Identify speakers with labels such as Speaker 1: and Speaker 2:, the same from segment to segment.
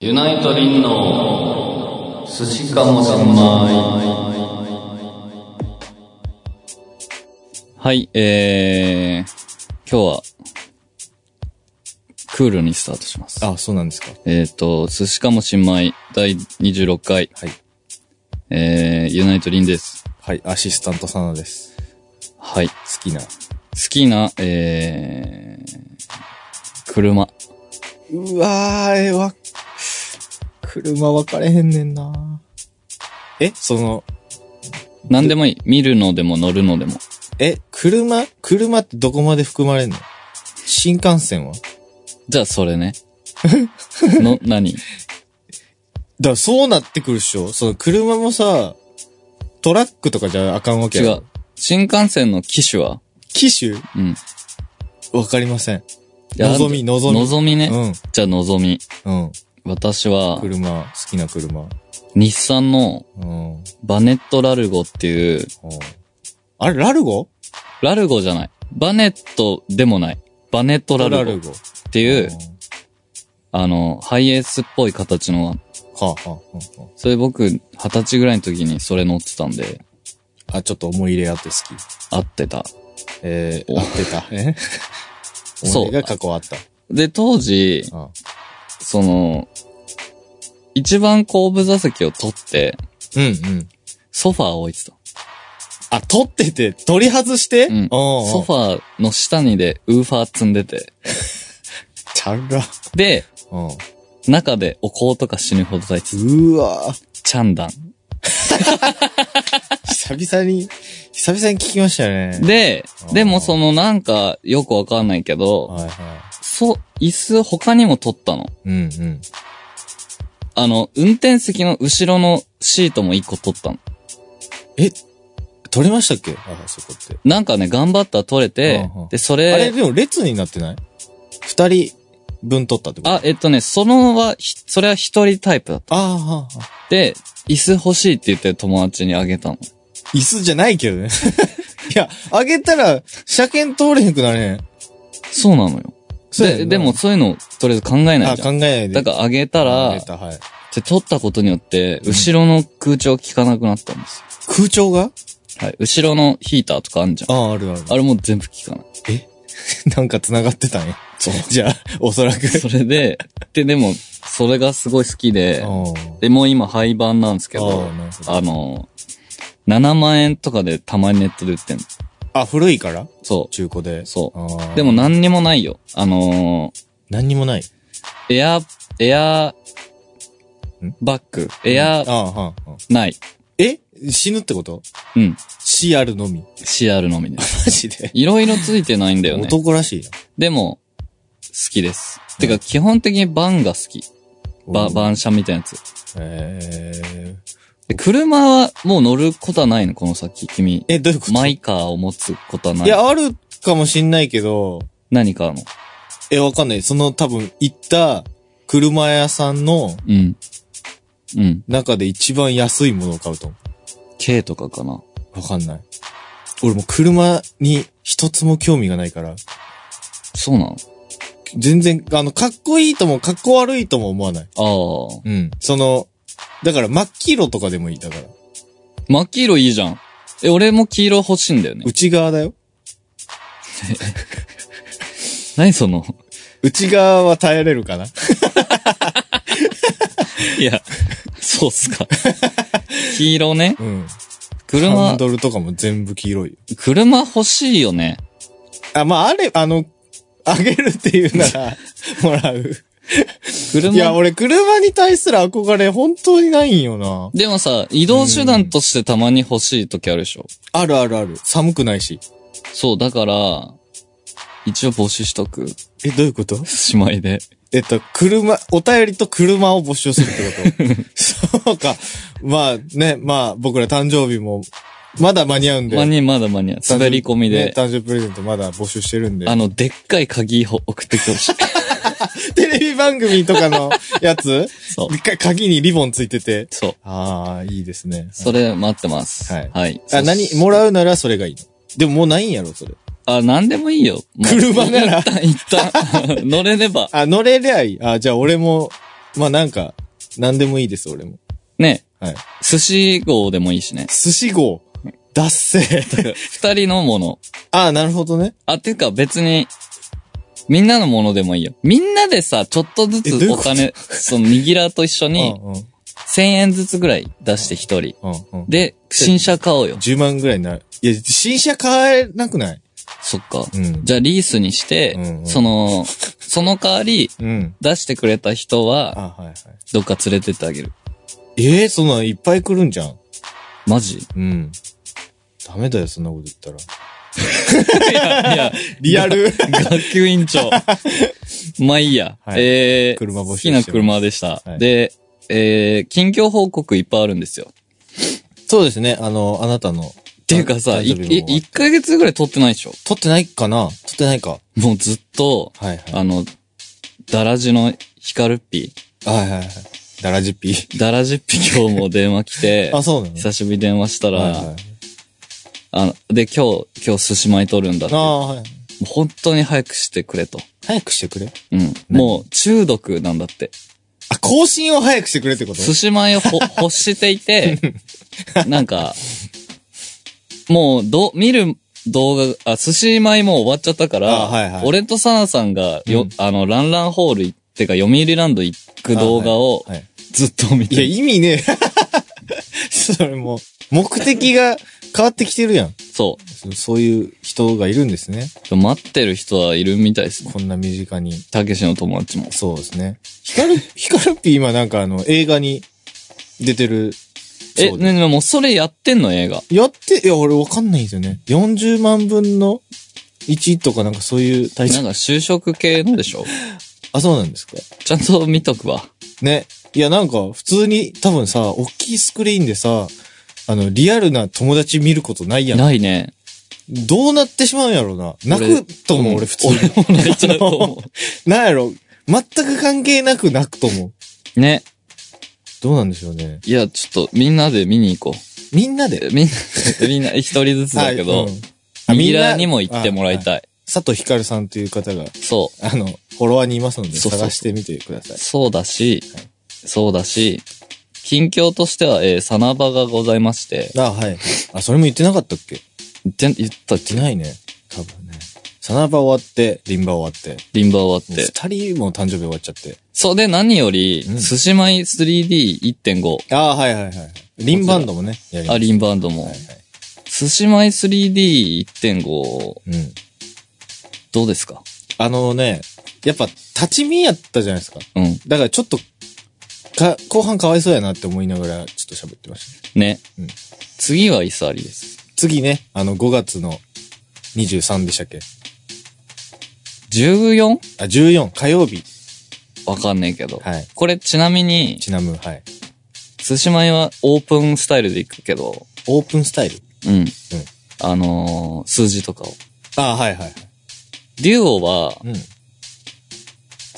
Speaker 1: ユナイトリンの寿司かもしんまい。はい、えー、今日は、クールにスタートします。
Speaker 2: あ、そうなんですか。
Speaker 1: えっ、と、寿司かもしんまい第26回、
Speaker 2: はい。
Speaker 1: えー、ユナイトリンです。
Speaker 2: はい、アシスタントサナです。
Speaker 1: はい。
Speaker 2: 好きな。
Speaker 1: 好きな、えー、車。
Speaker 2: うわー、えわ、車分かれへんねんなえ、その、
Speaker 1: 何でもいい。見るのでも乗るのでも。
Speaker 2: え、車車ってどこまで含まれんの新幹線はだか
Speaker 1: じゃあ、それ ね。の、何
Speaker 2: らそうなってくるっしょその車もさ、トラックとかじゃあかんわけ
Speaker 1: 違
Speaker 2: や
Speaker 1: う。。新幹線の機種は
Speaker 2: 機種
Speaker 1: うん。い
Speaker 2: わかりません。
Speaker 1: や
Speaker 2: のぞみのぞみ
Speaker 1: のぞみね。
Speaker 2: う
Speaker 1: じゃあ、のぞみ。
Speaker 2: ん、うん。
Speaker 1: 私は、
Speaker 2: 車、好きな車。うん。
Speaker 1: 日産の
Speaker 2: うん
Speaker 1: バネットラルゴっていう、
Speaker 2: あれ、ラルゴ
Speaker 1: ラルゴじゃない。バネットでもない。バネットラルゴっ
Speaker 2: ゴ。
Speaker 1: て
Speaker 2: う
Speaker 1: い
Speaker 2: ん
Speaker 1: う、あの、ハイエースっぽい形の、
Speaker 2: はあ、はあ、はあは
Speaker 1: それ僕、二十歳ぐらいの時にそれ乗ってたんで、
Speaker 2: あ。あ、ちょっと思い入れあって好き。
Speaker 1: 合ってた。
Speaker 2: えー、
Speaker 1: お
Speaker 2: 合ってた。 え
Speaker 1: そう
Speaker 2: 俺が過去あった。
Speaker 1: で、当時、
Speaker 2: あ
Speaker 1: その、一番後部座席を取って、
Speaker 2: うんうん。
Speaker 1: ソファーを置いてた。
Speaker 2: あ、撮ってて、撮り外して
Speaker 1: うんソ
Speaker 2: ァ。
Speaker 1: ファーの下にでウーファー積んでて。
Speaker 2: チャラ。
Speaker 1: で、
Speaker 2: うん。う
Speaker 1: 中でお香とか死ぬほど大好き。
Speaker 2: ーわー
Speaker 1: チャンダン。
Speaker 2: 久々に、久々に聞きましたね。、
Speaker 1: で
Speaker 2: あ、ー
Speaker 1: でもそのなんかよくわかんないけど、
Speaker 2: はいは
Speaker 1: そう、椅子他にも取ったの。
Speaker 2: い。うんうん。
Speaker 1: あの、運転席の後ろのシートも一個取ったの。
Speaker 2: 撮れましたっけあ、そこって。
Speaker 1: なんかね、頑張ったら取れて
Speaker 2: うんうん、
Speaker 1: で、そ
Speaker 2: あれ、
Speaker 1: れ、
Speaker 2: でも列になってない二人分撮ったってこと
Speaker 1: あ、えっとね、そのは、ひそれは一人タイプだっ
Speaker 2: あーはあ、はあ
Speaker 1: た。で、椅子欲しいって言って友達にあげたの。
Speaker 2: 椅子じゃないけど ね。いや、あげたら、車検通れへんくなれへん。
Speaker 1: そうなのよ。
Speaker 2: そうやん
Speaker 1: で、
Speaker 2: な
Speaker 1: でも、そういうの、とりあえず考えない
Speaker 2: あ、
Speaker 1: じ
Speaker 2: 考
Speaker 1: ゃ
Speaker 2: え
Speaker 1: ん。
Speaker 2: ないで。
Speaker 1: だからあげた
Speaker 2: あ
Speaker 1: ら
Speaker 2: げ、たはい。
Speaker 1: で、取ったことによって、後ろの空調効かなくなったんです
Speaker 2: 空調が
Speaker 1: よ。はい。後ろのヒーターとかあんじゃん。
Speaker 2: あ、あるある。
Speaker 1: あれもう全部効かない。
Speaker 2: なんか繋がってたんや。そう。 じゃあ、おそ らく。
Speaker 1: それで、で、でも、それがすごい好きで、で、もう今廃盤なんですけど、
Speaker 2: あ
Speaker 1: あの、7万円とかでたまにネットで売ってんの。
Speaker 2: あ、古いから
Speaker 1: そ
Speaker 2: 中古で。
Speaker 1: う。そ
Speaker 2: あー
Speaker 1: う。でも、何にもないよ。あの
Speaker 2: 何にもない。
Speaker 1: ー、エア、エア、バッグ、エア
Speaker 2: あ、あはあはあ
Speaker 1: ない。
Speaker 2: え死ぬってこと
Speaker 1: うん。
Speaker 2: ?CR のみ。
Speaker 1: CR のみです。
Speaker 2: マジで
Speaker 1: いろいろついてないんだよね。
Speaker 2: 男らしいな。
Speaker 1: でも、好きです。てか、基本的にバンが好き。バ、
Speaker 2: ン。
Speaker 1: バンシャみたいなやつ。
Speaker 2: えー
Speaker 1: で、車はもう乗ることはないのこの先、君。
Speaker 2: え、どういうこと
Speaker 1: マ
Speaker 2: い
Speaker 1: イカーを持つことはない。
Speaker 2: や、あるかもしんないけど、
Speaker 1: 何かの。
Speaker 2: え、わかんない。その多分、行った車屋さんの
Speaker 1: うん。うん。
Speaker 2: 中で一番安いものを買うと思
Speaker 1: K とかかな。
Speaker 2: う。わかんない。俺もう車に一つも興味がないから。
Speaker 1: そうなの
Speaker 2: 全然、あの、かっこいいとも、かっこ悪いとも思わない。
Speaker 1: ああ。
Speaker 2: うん。その、だから、真っ黄色とかでもいい。だから、
Speaker 1: 真っ黄色いいじゃん。え、俺も黄色欲しいんだよね。
Speaker 2: 内側だよ。
Speaker 1: 何その。
Speaker 2: 内側は耐えれるかな
Speaker 1: いや、そうっす か。黄色ね。
Speaker 2: うん。ハ
Speaker 1: 車
Speaker 2: ン、ドルとかも全部黄色いよ。
Speaker 1: 車欲しいよね。
Speaker 2: あ、まあ、あれ、あの、あげるっていうな ら、もらう。
Speaker 1: 車。
Speaker 2: いや、俺、車に対する憧れ、本当にないんよな。
Speaker 1: でもさ、移動手段としてたまに欲しい時あるでしょ。
Speaker 2: あるあるある。寒くないし。
Speaker 1: そう、だから、一応募集しとく。
Speaker 2: え、どういうこと
Speaker 1: しまいで。
Speaker 2: えっと、車、お便りと車を募集するってこと そうか。まあね、まあ僕ら誕生日も、まだ間に合うんで。
Speaker 1: 間に合うまだ間に合う。滑り込み
Speaker 2: ね
Speaker 1: で。
Speaker 2: 誕生日プレゼントまだ募集してるんで
Speaker 1: あ。の、でっかい鍵を送ってきてほし い。
Speaker 2: テレビ番組と かのやつ
Speaker 1: そう。
Speaker 2: か鍵にリボンついてて。
Speaker 1: そう。
Speaker 2: ああ、いいですね。
Speaker 1: それ待ってます。
Speaker 2: はい
Speaker 1: はい。
Speaker 2: あ、何も
Speaker 1: う
Speaker 2: らうならそれがいいの。でももうないんやろ、それ。
Speaker 1: あ、何でもいいよ。もう
Speaker 2: 車なら
Speaker 1: 一旦、一旦、乗れれば。
Speaker 2: あ、乗れりゃいい。あ、じゃあ俺もまあなんか、なんでもいいです、俺も。
Speaker 1: ね。
Speaker 2: はい。
Speaker 1: 寿司号でもいいしね。
Speaker 2: 寿司号。脱製。
Speaker 1: 二人のもの。
Speaker 2: ああ、なるほどね。
Speaker 1: あ、ていうか別に、みんなのものでもいいよ。みんなでさ、ちょっとず
Speaker 2: えどうい
Speaker 1: つ
Speaker 2: う
Speaker 1: お
Speaker 2: こと
Speaker 1: 金、その、握らと一緒に、
Speaker 2: うんうん
Speaker 1: 1000円ずつぐらい出して一人。
Speaker 2: うんうん。
Speaker 1: で、新車買おうよ。
Speaker 2: 10万ぐらいになる。いや、新車買えなくない
Speaker 1: そっか。
Speaker 2: うん。
Speaker 1: じゃあリースにして、
Speaker 2: うんうん
Speaker 1: その、その代わり、
Speaker 2: うん。
Speaker 1: 出してくれた人は、
Speaker 2: あ、はいは
Speaker 1: どっか連れてってあげる。
Speaker 2: い。ええそんなんいっぱい来るんじゃん。
Speaker 1: マジ
Speaker 2: うん。ダメだよ、そんなこと言ったら。
Speaker 1: いや、いや、
Speaker 2: リアル。
Speaker 1: 学級委員 長。まあいいや。
Speaker 2: はい
Speaker 1: えー、
Speaker 2: 車募集
Speaker 1: 好
Speaker 2: して
Speaker 1: き
Speaker 2: ま
Speaker 1: な
Speaker 2: す
Speaker 1: 車でした。
Speaker 2: はい
Speaker 1: で、えー、近況報告いっぱいあるんですよ。
Speaker 2: そうですね、あの、あなたの。
Speaker 1: っ
Speaker 2: っ
Speaker 1: ていうかさ、いい
Speaker 2: い、
Speaker 1: 一ヶ月ぐらい撮ってないでしょ
Speaker 2: 撮ってないかな撮ってないか。
Speaker 1: もうずっと、
Speaker 2: はいはい。
Speaker 1: あの、ダラジのヒカルッピ
Speaker 2: はいはいはい。ダラジッピー。、
Speaker 1: ー、ダラジッピ今日も電話来て
Speaker 2: あ、そうなの
Speaker 1: 久しぶりに電話したら、
Speaker 2: はいはい
Speaker 1: あの、で、今日、今日寿司舞撮るんだって。
Speaker 2: あ
Speaker 1: も
Speaker 2: あ、はい。
Speaker 1: う本当に早くしてくれと。
Speaker 2: 早くしてくれ。
Speaker 1: うん。もう中毒なんだって。
Speaker 2: あ、更新を早くしてくれってこと
Speaker 1: 寿司舞を ほ欲していて、なんか、もう、ど、見る動画、あ、寿司舞もう終わっちゃったから、
Speaker 2: あはいはい
Speaker 1: 俺とサナさんがよ、
Speaker 2: うん
Speaker 1: あの、ランランホール行ってか、読売ランド行く動画を
Speaker 2: あはいはい
Speaker 1: ずっと見
Speaker 2: いや、
Speaker 1: て、
Speaker 2: 意味ねえ。 それもう、目的が変わってきてるやん。
Speaker 1: そ
Speaker 2: そそういう人がいるんですね。
Speaker 1: う。待ってる人はいるみたいですね。
Speaker 2: こんな身近に。
Speaker 1: たけしの友達も。
Speaker 2: そうですね。ヒ カル、ヒカルピー今なんかあの、映画に出てる。
Speaker 1: え、
Speaker 2: そうで
Speaker 1: ね、
Speaker 2: す
Speaker 1: ねもうそれやってんの映画。
Speaker 2: やって、いや、俺わかんないんですよね。40万分の1とかなんかそういう体
Speaker 1: な
Speaker 2: 調
Speaker 1: ん。か就職系のでしょ
Speaker 2: あ、そうなんですか。
Speaker 1: ちゃんと見とくわ。
Speaker 2: ね。いや、なんか、普通に、多分さ、大きいスクリーンでさ、あの、リアルな友達見ることないやん。
Speaker 1: ないね。
Speaker 2: どうなってしまうんやろうな。
Speaker 1: 俺
Speaker 2: 泣くと思う、俺普通に。
Speaker 1: 俺も泣いちゃうと思
Speaker 2: なんやろ。全く関係なく泣くと思う。
Speaker 1: う。ね。
Speaker 2: どうなんでしょうね。
Speaker 1: いや、ちょっとみんなで見に行こう。
Speaker 2: みんなで。
Speaker 1: みんな、 みんな一人ずつだけど、
Speaker 2: はいうんあ
Speaker 1: ミギラーにも行ってもらい
Speaker 2: あは
Speaker 1: たい。
Speaker 2: 佐藤ひかるさんという方が、
Speaker 1: そ
Speaker 2: あの、フォロワーにいますので、
Speaker 1: そうそうそう
Speaker 2: 探してみてくださ
Speaker 1: う。
Speaker 2: い。
Speaker 1: そうだし
Speaker 2: はい、
Speaker 1: そうだし、近況としては、えー、サナバがございまして、
Speaker 2: あ、はい。あ、それも言ってなかったっけ
Speaker 1: 言って、言ったっ
Speaker 2: 言って
Speaker 1: け
Speaker 2: ないね。多分ね。サナバ終わって、リンバ終わって、
Speaker 1: リンバ終わっ
Speaker 2: 二
Speaker 1: て。
Speaker 2: 人も誕生日終わっちゃって。
Speaker 1: そうで、何より、
Speaker 2: うん
Speaker 1: 寿司米 3D1.5、
Speaker 2: ああ、はいはいはい。リンバンドもね、やりま
Speaker 1: あ、
Speaker 2: した
Speaker 1: リンバンドも
Speaker 2: はい。
Speaker 1: 寿司米 3D1.5、
Speaker 2: はい。うん。
Speaker 1: どうですか
Speaker 2: あのね、やっぱ、立ち見やったじゃないですか。
Speaker 1: うん。
Speaker 2: だからちょっと、か、後半かわいそうやなって思いながら、ちょっと喋ってました、ね。
Speaker 1: ね。
Speaker 2: うん
Speaker 1: 次はイサリです。
Speaker 2: 次ね、あの、5月の23でしたっけ
Speaker 1: 14?
Speaker 2: あ、14、火曜日。
Speaker 1: わかんねえけど。
Speaker 2: はい。
Speaker 1: これちなみに、
Speaker 2: ちなむ、はい。
Speaker 1: 寿司米はオープンスタイルで行くけど、
Speaker 2: オープンスタイル。
Speaker 1: うん。あのー数字とかを。
Speaker 2: あはいはいはい。
Speaker 1: デュオは
Speaker 2: うん。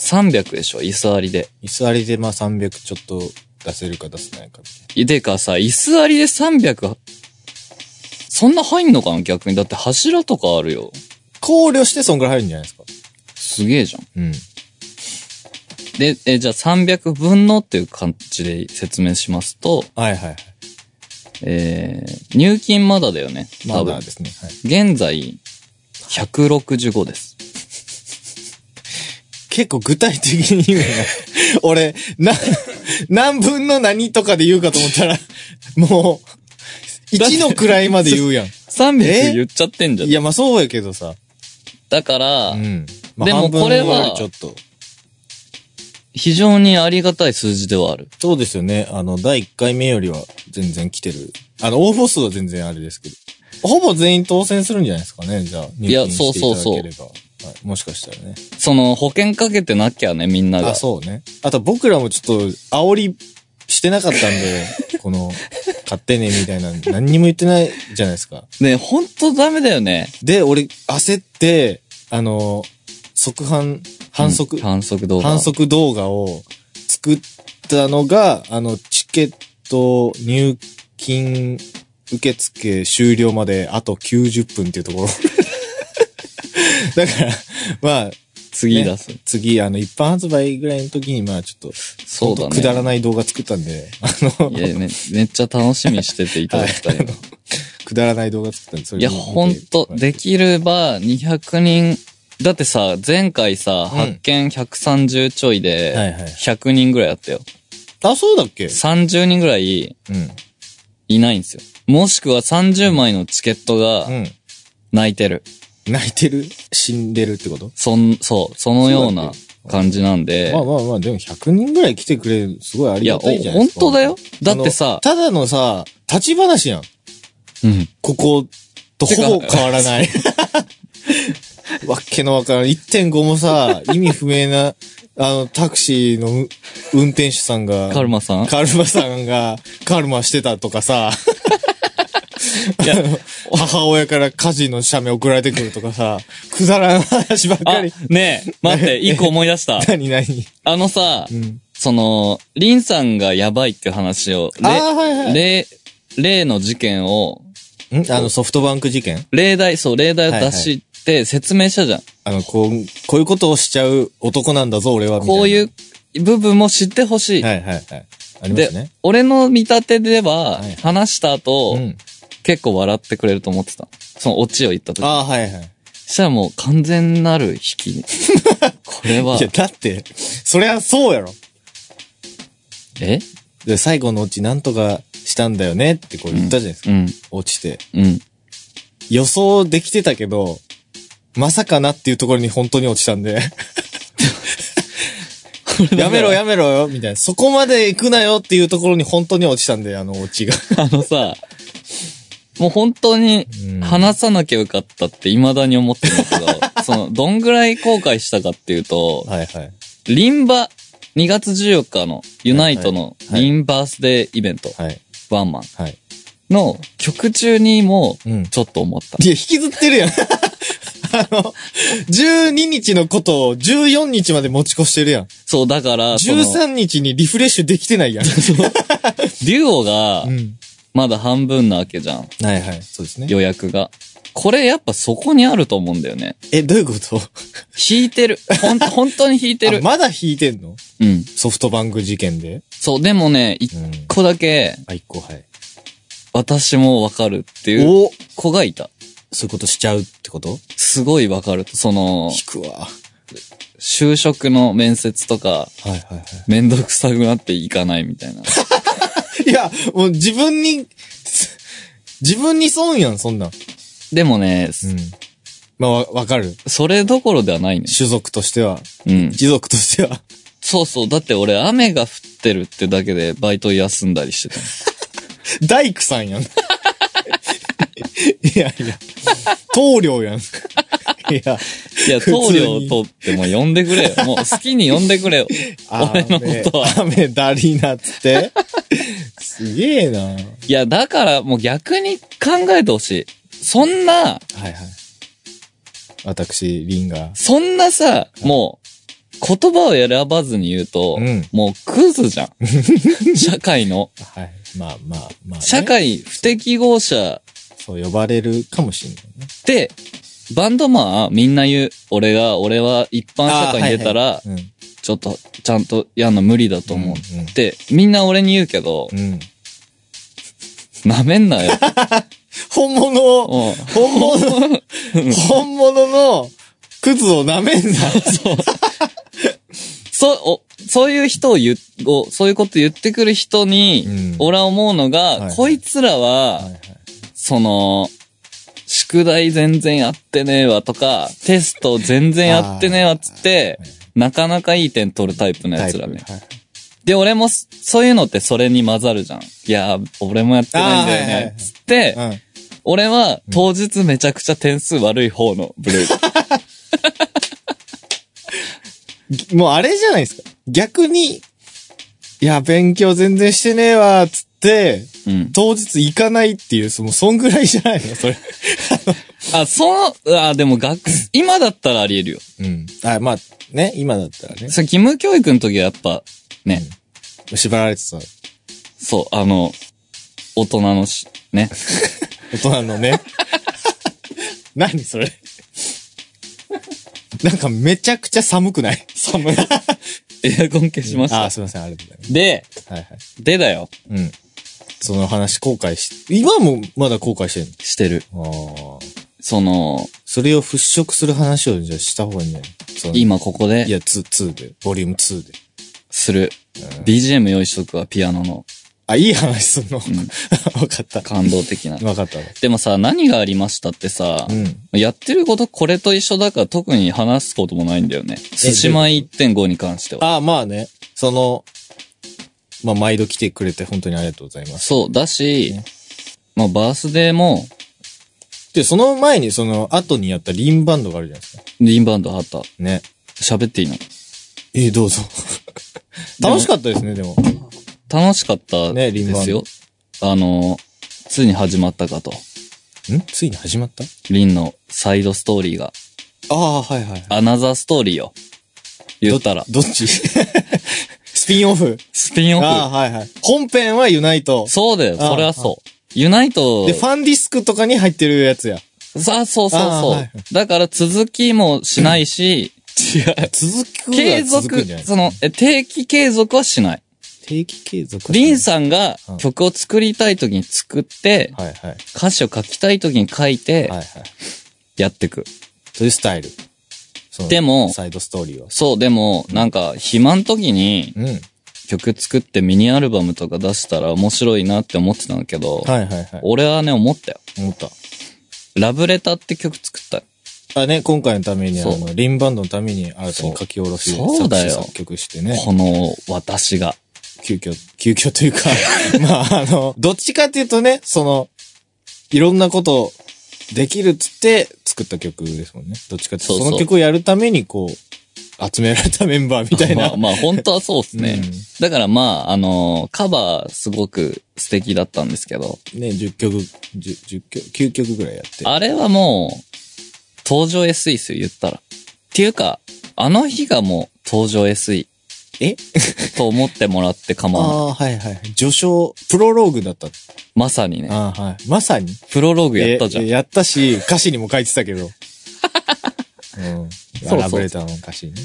Speaker 1: 300でしょ椅子ありで。
Speaker 2: 椅子ありで、まあ、300ちょっと出せるか出せないかみたい
Speaker 1: でかさ、椅子ありで300、そんな入んのかな逆に。だって柱とかあるよ。
Speaker 2: な。考慮してそんぐらい入るんじゃないですか。
Speaker 1: すげえじゃん。
Speaker 2: うん。
Speaker 1: で、え、じゃあ300分のっていう感じで説明しますと、
Speaker 2: はいはいはい。
Speaker 1: えー、入金まだだよね。
Speaker 2: ま
Speaker 1: 多
Speaker 2: だ
Speaker 1: 分。
Speaker 2: ですね。はい。
Speaker 1: 現在、165です。
Speaker 2: 結構具体的に言うな。 俺、な、何分の何とかで言うかと思った ら、もう、1の位まで言う やん。え
Speaker 1: 300言っちゃってんじゃん
Speaker 2: い。や、まあそうやけどさ。
Speaker 1: だから、
Speaker 2: ん。まあ、
Speaker 1: でも
Speaker 2: 半分
Speaker 1: これは
Speaker 2: ぐらいちょっと。
Speaker 1: 非常にありがたい数字ではある。
Speaker 2: そうですよね。あの、第1回目よりは全然来てる。あの、応募数は全然あれですけど。ほぼ全員当選するんじゃないですかね、じゃあ。入
Speaker 1: いや
Speaker 2: 金していただけ
Speaker 1: そ
Speaker 2: れば。はい、もしかしたらね。
Speaker 1: その、保険かけてなきゃね、みんなが
Speaker 2: あ、。そうね。あと僕らもちょっと、煽りしてなかった んで、この、買ってね、みたいな、何にも言ってないじゃないですか。
Speaker 1: ね、ほんとダメだよね。
Speaker 2: で、俺、焦って、あの、即販、反則
Speaker 1: うん、反則動画。
Speaker 2: 反。則動画を作ったのが、あの、チケット入金受付終了まであと90分っていうところ。だから、まあ、
Speaker 1: 次出す。
Speaker 2: ね次、あの、一般発売ぐらいの時に、まあちょっと、
Speaker 1: そうだ
Speaker 2: ほん
Speaker 1: ね。
Speaker 2: とくだらない動画作ったんで、 あの、
Speaker 1: いやめ、めっちゃ楽しみにしてていただきたいな。い
Speaker 2: くだらない動画作ったんで、それ
Speaker 1: や、
Speaker 2: 見て
Speaker 1: ほんと、できれば200人、だってさ、前回さ、発見130ちょい
Speaker 2: はい
Speaker 1: で、
Speaker 2: はい。
Speaker 1: 100人ぐらいあったよ。
Speaker 2: あ、そうだっけ
Speaker 1: 30人ぐらい
Speaker 2: うん。
Speaker 1: いないんですよ。もしくは30枚のチケットが
Speaker 2: うん。
Speaker 1: 泣いてる。
Speaker 2: 泣いてる死んでるってこと
Speaker 1: そん、そう、そのような感じなんで
Speaker 2: ま。あまあまあ、でも100人ぐらい来てくれる、すごいあ
Speaker 1: い
Speaker 2: り
Speaker 1: や、お
Speaker 2: がたいじゃない
Speaker 1: 本
Speaker 2: ですか。
Speaker 1: 当だよ。だって
Speaker 2: あの
Speaker 1: さ、
Speaker 2: ただのさ、立ち話やん。
Speaker 1: うん。
Speaker 2: こことほぼ変わら ない。わっけのわからん。1.5もさ、意味不明な、あの、タクシーのう運転手さんが、
Speaker 1: カルマさん
Speaker 2: カルマさんが、カルマしてたとかさ、あの母親から家事の写メ送られてくるとかさ、くだらない話ばっか
Speaker 1: あ
Speaker 2: り。、
Speaker 1: ねえ、待って、一個思い出した。
Speaker 2: 何何
Speaker 1: あのさ、
Speaker 2: うん。
Speaker 1: その、リンさんがやばいっていう話を、
Speaker 2: ああ、はいはい。
Speaker 1: 例、例の事件を、
Speaker 2: んあの、ソフトバンク事件
Speaker 1: 例題、そう、例題を出して説明したじゃん。
Speaker 2: あの、こう、こういうことをしちゃう男なんだぞ、俺は。みたいな
Speaker 1: こういう部分も知ってほしい。
Speaker 2: はいはいはい。ありま
Speaker 1: で、
Speaker 2: すね。
Speaker 1: 俺の見立てでは、
Speaker 2: はい
Speaker 1: 話した後、
Speaker 2: うん。
Speaker 1: 結構笑ってくれると思ってた。そのオチを言った時。
Speaker 2: ああ、はいはい。
Speaker 1: したらもう完全なる引 き。これはい
Speaker 2: や、、だって、そりゃそうやろ。
Speaker 1: え
Speaker 2: で、最後のうちなんとかしたんだよねってこう言ったじゃないですか。
Speaker 1: うん、
Speaker 2: 落ちて。
Speaker 1: うん。
Speaker 2: 予想できてたけど、まさかなっていうところに本当に落ちた んで。やめろやめろよ、みたいな。そこまで行くなよっていうところに本当に落ちたんで、あの、落ちが。
Speaker 1: あのさ、もう本当に
Speaker 2: うん
Speaker 1: 話さなきゃよかったって未だに思ってるんだけ ど、その、どんぐらい後悔したかっていうと、
Speaker 2: はいはい。
Speaker 1: リンバ、2月14日のユナイトの
Speaker 2: はい
Speaker 1: リンバースデーイベント、
Speaker 2: はい。
Speaker 1: ワンマン
Speaker 2: はい。
Speaker 1: の曲中にも
Speaker 2: うん
Speaker 1: ちょっと思った。
Speaker 2: いや、引きずってるやん。あ の、12日のことを14日まで持ち越してるやん。
Speaker 1: そう、だから、その、
Speaker 2: 13日にリフレッシュできてないやん。
Speaker 1: デュオが
Speaker 2: うん。
Speaker 1: まだ半分なわけじゃん、
Speaker 2: はいはい。そうですね。
Speaker 1: 予約が。これやっぱそこにあると思うんだよね。
Speaker 2: え、どういうこと
Speaker 1: 弾いてる。ほん、本当に弾いて
Speaker 2: あ
Speaker 1: る。
Speaker 2: まだ引いてんの
Speaker 1: うん。
Speaker 2: ソフトバンク事件で。
Speaker 1: そう、でもね、一
Speaker 2: ん
Speaker 1: 個だけ、
Speaker 2: あ、一個はい。
Speaker 1: 私もわかるっていう
Speaker 2: お
Speaker 1: 子がいた。
Speaker 2: そういうことしちゃうってこと
Speaker 1: すごいわかる。その、
Speaker 2: 引くわ。
Speaker 1: 就職の面接とか、
Speaker 2: はいはいは
Speaker 1: めんどくさくなっていかないみたいな。
Speaker 2: い。いや、もう自分に、す自分に損やん、そんなん。う
Speaker 1: でもね、
Speaker 2: ん。まあ、わわかる。
Speaker 1: それどころではないね。
Speaker 2: 種族としては、
Speaker 1: うん。
Speaker 2: 一族としては。
Speaker 1: そうそう。だって俺、雨が降ってるってだけでバイト休んだりして た。
Speaker 2: 大工さん やん。いやいや、棟梁 やん。いや、
Speaker 1: いや、
Speaker 2: 普通
Speaker 1: 棟梁
Speaker 2: に
Speaker 1: 取っても呼んでくれ よ。もう好きに呼んでくれよ。俺のことは。
Speaker 2: 雨、雨だりなっつって。すげえな。はい
Speaker 1: いや、だからもう逆に考えてほしい。そんな、
Speaker 2: はい。私、リンが。
Speaker 1: そんなさ、もう、言葉を選ばずに言うと、
Speaker 2: うん
Speaker 1: もうクズじゃ ん。社会の。
Speaker 2: はい。まあまあまあ、ね。
Speaker 1: 社会不適合者
Speaker 2: そう呼ばれるかもしれないね。
Speaker 1: って、バンドマンはみんな言う。俺が、俺は一般社会に出たら、
Speaker 2: うん。
Speaker 1: ちょっと、ちゃんとやんの無理だと思う。
Speaker 2: うんうん
Speaker 1: って、みんな俺に言うけど、
Speaker 2: うん。
Speaker 1: なめんな よ。
Speaker 2: 本物を、
Speaker 1: うん
Speaker 2: 本 物、本物の靴を舐めんな。
Speaker 1: そう。そう、お、そういう人を言う、おそういうこと言ってくる人に、
Speaker 2: うん
Speaker 1: 俺は思うのが、
Speaker 2: いはい
Speaker 1: こいつらは、
Speaker 2: はいはい
Speaker 1: その、宿題全然やってねえわとか、テスト全然やってねえわっつって、なかなかいい点取るタイプのやつらね
Speaker 2: タ。イプはい
Speaker 1: で、俺もそ、そういうのってそれに混ざるじゃん。いやー、俺もやってないんだよ
Speaker 2: あーはいはいは
Speaker 1: ね
Speaker 2: い。
Speaker 1: つって、
Speaker 2: うん。
Speaker 1: 俺は当日めちゃくちゃ点数悪い方のブル ー。
Speaker 2: もうあれじゃないですか。逆に、いや、勉強全然してねえわ、つって、
Speaker 1: うん。
Speaker 2: 当日行かないっていう、その、そんぐらいじゃないのそれ。
Speaker 1: あ、その、あ、でも学、今だったらあり得るよ。
Speaker 2: うん。あ、まあ、ね、今だったらね、
Speaker 1: それ義務教育の時はやっぱ、ね、
Speaker 2: 縛られてた。
Speaker 1: そう、あの、大人のし、 ね。
Speaker 2: 大人のね。何それ。なんかめちゃくちゃ寒くない
Speaker 1: 寒い。エアコン消しまし
Speaker 2: あ
Speaker 1: た
Speaker 2: あ、。すいません、ありがとうございま
Speaker 1: で、
Speaker 2: す。はいはい。
Speaker 1: でだよ。
Speaker 2: うん。その話後悔し、今もまだ後悔してん
Speaker 1: してる。
Speaker 2: のああ。
Speaker 1: その、
Speaker 2: それを払拭する話をじゃあした方がいいんじゃないその
Speaker 1: 今ここ
Speaker 2: い
Speaker 1: で
Speaker 2: や、2、2で。ボリューム2で。
Speaker 1: する。BGM 用意しとくわ、ピアノの。
Speaker 2: あ、いい話すんの、 わかった。
Speaker 1: 感動的な。
Speaker 2: わかったわ。
Speaker 1: でもさ、何がありましたってさ
Speaker 2: う、ん。
Speaker 1: やってることこれと一緒だから特に話すこともないんだよね。寿司米1.5に関しては。
Speaker 2: ああ、まあね。その、まあ、毎度来てくれて本当にありがとうございます。
Speaker 1: そう。だし、まあ、バースデーも、
Speaker 2: で、その前に、その、後にやったリンバンドがあるじゃないですか。
Speaker 1: リンバウンドあった。
Speaker 2: ね。
Speaker 1: 喋っていいの
Speaker 2: えー、どうぞ。 楽しかったですね、でも。
Speaker 1: 楽しかった
Speaker 2: ねリン
Speaker 1: で
Speaker 2: バウン
Speaker 1: す
Speaker 2: ド
Speaker 1: よ。あの、ついに始まったかと。
Speaker 2: んついに始まった
Speaker 1: リンのサイドストーリーが。
Speaker 2: ああー、はいはいはい。
Speaker 1: アナザーストーリーよ。言ったら。
Speaker 2: どっち スピンオフ。
Speaker 1: スピンオ
Speaker 2: ああ、
Speaker 1: フ。
Speaker 2: はいはい。本編はユナイト。
Speaker 1: そうだよ。
Speaker 2: あ
Speaker 1: それはそう。ユナイト
Speaker 2: で、、ファンディスクとかに入ってるやつや。
Speaker 1: さあ、そうそう
Speaker 2: あー
Speaker 1: そ
Speaker 2: は
Speaker 1: う
Speaker 2: い。
Speaker 1: だから続きもしないし、違う。
Speaker 2: 続く
Speaker 1: 継
Speaker 2: は続く
Speaker 1: 続
Speaker 2: んじゃない、
Speaker 1: その、え定期継続はしない。
Speaker 2: 定期継続
Speaker 1: リンさんが
Speaker 2: うん
Speaker 1: 曲を作りたい時に作って、
Speaker 2: はいはい。
Speaker 1: 歌詞を書きたい時に書いて
Speaker 2: はいはい。
Speaker 1: やってく。
Speaker 2: というスタイル。その
Speaker 1: でも
Speaker 2: サイドストーリーは。
Speaker 1: そう、でも、なんか、暇の時に
Speaker 2: うん。はい
Speaker 1: 曲作ってミニアルバムとか出したら面白いなって思ってたんだけど、
Speaker 2: はいはい。
Speaker 1: 俺はね、思ったよ。
Speaker 2: 思った。
Speaker 1: ラブレターって曲作ったよ。
Speaker 2: あね、今回のために、あ
Speaker 1: そう
Speaker 2: の、リンバンドのために新たに書き下ろし
Speaker 1: そうそう
Speaker 2: 作
Speaker 1: だよ
Speaker 2: 詞作曲してね。
Speaker 1: この私が。
Speaker 2: 急遽、急遽というか、 まあ、あの、どっちかっていうとね、その、いろんなことできるっつって作った曲ですもんね。どっちかっていう
Speaker 1: そ
Speaker 2: と
Speaker 1: うそう
Speaker 2: その曲をやるためにこう、集められたメンバーみたい
Speaker 1: ま
Speaker 2: な。
Speaker 1: あ、まあ、本当はそうですね。
Speaker 2: うん
Speaker 1: だからまあ、あのカバーすごく素敵だったんですけど、
Speaker 2: ね、10曲、10 10曲、9曲ぐらいやって。
Speaker 1: あれはもう、登場 SE ですよ、言ったら。っていうか、あの日がもう登場 SE
Speaker 2: え
Speaker 1: と思ってもらって構わない。
Speaker 2: ああー、はいはい。序章、プロローグだった。
Speaker 1: まさにね、
Speaker 2: ああ、はい。まさに。
Speaker 1: プロローグやったじゃ
Speaker 2: え
Speaker 1: ん。
Speaker 2: やったし、歌詞にも書いてた けど。うん。
Speaker 1: そうそう
Speaker 2: ラブレターの歌詞にね。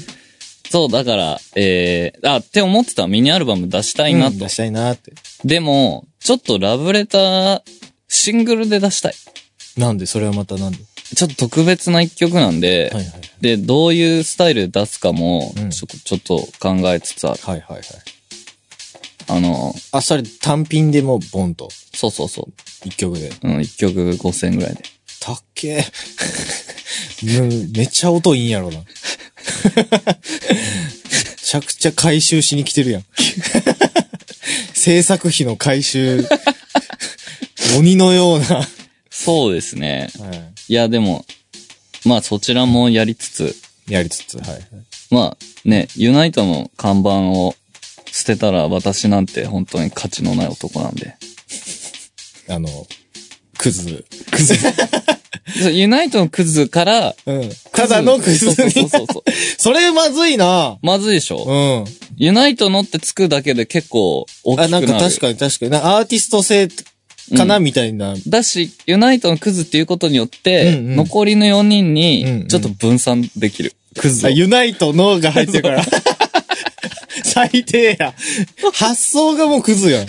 Speaker 1: そう、だから、えー、あ、って思ってたミニアルバム出したいな
Speaker 2: うん
Speaker 1: と
Speaker 2: 出。したいなって。
Speaker 1: でも、ちょっとラブレター、シングルで出したい。
Speaker 2: なんで、それはまたなんで。
Speaker 1: ちょっと特別な一曲なんで、
Speaker 2: はいはい。
Speaker 1: で、どういうスタイルで出すかも、
Speaker 2: うん
Speaker 1: ちょちょっと考えつつある。
Speaker 2: はいはいはい。
Speaker 1: あの、
Speaker 2: あ、それ単品でもうボンと。
Speaker 1: そうそうそ
Speaker 2: 一曲で。
Speaker 1: う。うん、1曲5000円ぐらいで。
Speaker 2: たっけーうんめっちゃ音いいんやろな。めちゃくちゃ回収しに来てるやん。制作費の回収。鬼のような。は
Speaker 1: そうですね。いや、でも、まあそちらもやりつつ、
Speaker 2: い。やりつつ、はい。
Speaker 1: まあね、ユナイトの看板を捨てたら私なんて本当に価値のない男なんで。
Speaker 2: あの、クズ。クズ。
Speaker 1: そうユナイトのクズから、
Speaker 2: うん。ただのク
Speaker 1: そ
Speaker 2: ズ
Speaker 1: うそう
Speaker 2: に。
Speaker 1: そうそう。
Speaker 2: それまずいな
Speaker 1: まずいでしょ、
Speaker 2: うん。
Speaker 1: ユナイトのってつくだけで結構大きくな
Speaker 2: あ、
Speaker 1: る。
Speaker 2: なんか確かに確かに。なんかアーティスト性かな、
Speaker 1: う
Speaker 2: みたいな。
Speaker 1: だし、ユナイトのクズっていうことによって、
Speaker 2: うんうん
Speaker 1: 残りの4人
Speaker 2: うんう
Speaker 1: に
Speaker 2: ん
Speaker 1: ちょっと分散できる。クズ
Speaker 2: あ
Speaker 1: を。
Speaker 2: ユナイトのが入ってるから。 最低や。発想がもうクズやん。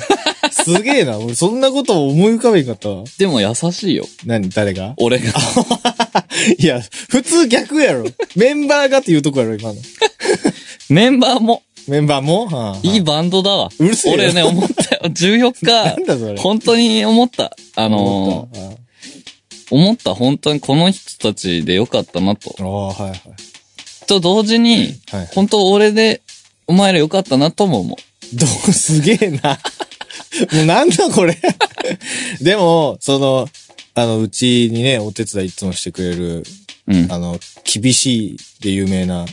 Speaker 2: すげえな。俺そんなこと思い浮かべんかったわ。
Speaker 1: でも優しいよ。
Speaker 2: 何誰が
Speaker 1: 俺が。
Speaker 2: いや、普通逆やろ。メンバーがって言うとこやろ、今の。
Speaker 1: メンバーも、
Speaker 2: メンバーも、はあ
Speaker 1: いいバンドだわ。
Speaker 2: うるせえよ
Speaker 1: 俺ね、思ったよ。14
Speaker 2: なんだそれ
Speaker 1: 日、本当に思った。あの
Speaker 2: あー
Speaker 1: ー、思った、本当にこの人たちでよかったなと。
Speaker 2: あー、はいはい。
Speaker 1: と同時に、
Speaker 2: はい
Speaker 1: 本当俺で、お前らよかったなとも思
Speaker 2: どう、すげえな。もうなんだこ れ。でも、その、あの、うちにね、お手伝いいつもしてくれる、
Speaker 1: う。うん。あ
Speaker 2: あの、厳しいで有名な、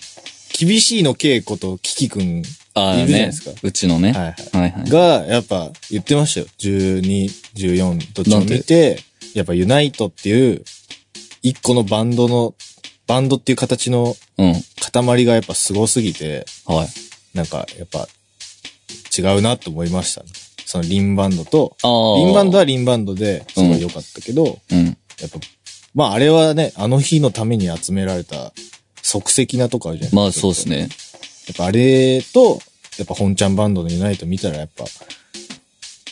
Speaker 2: 厳しいの稽古とキキくん、
Speaker 1: あ
Speaker 2: い
Speaker 1: ー
Speaker 2: るじゃない
Speaker 1: ね
Speaker 2: ですか、
Speaker 1: うちのね。
Speaker 2: はいは
Speaker 1: はいはい
Speaker 2: い、。が、やっぱ言ってましたよ。12、14、どっちも
Speaker 1: なんで
Speaker 2: 見て、やっぱユナイトっていう、一個のバンドの、バンドっていう形の
Speaker 1: うん。
Speaker 2: 塊がやっぱすごすぎて、
Speaker 1: はい。
Speaker 2: なんか、やっぱ、違うなと思いましたね。そのリンバンドと、
Speaker 1: ああ。
Speaker 2: リンバンドはリンバンドですごい良かったけど、
Speaker 1: うん。
Speaker 2: やっぱ、まああれはね、あの日のために集められた即席なとかあるじゃない
Speaker 1: まあそうですね。
Speaker 2: やっぱあれと、やっぱ本ちゃんバンドのユナイト見たらやっぱ、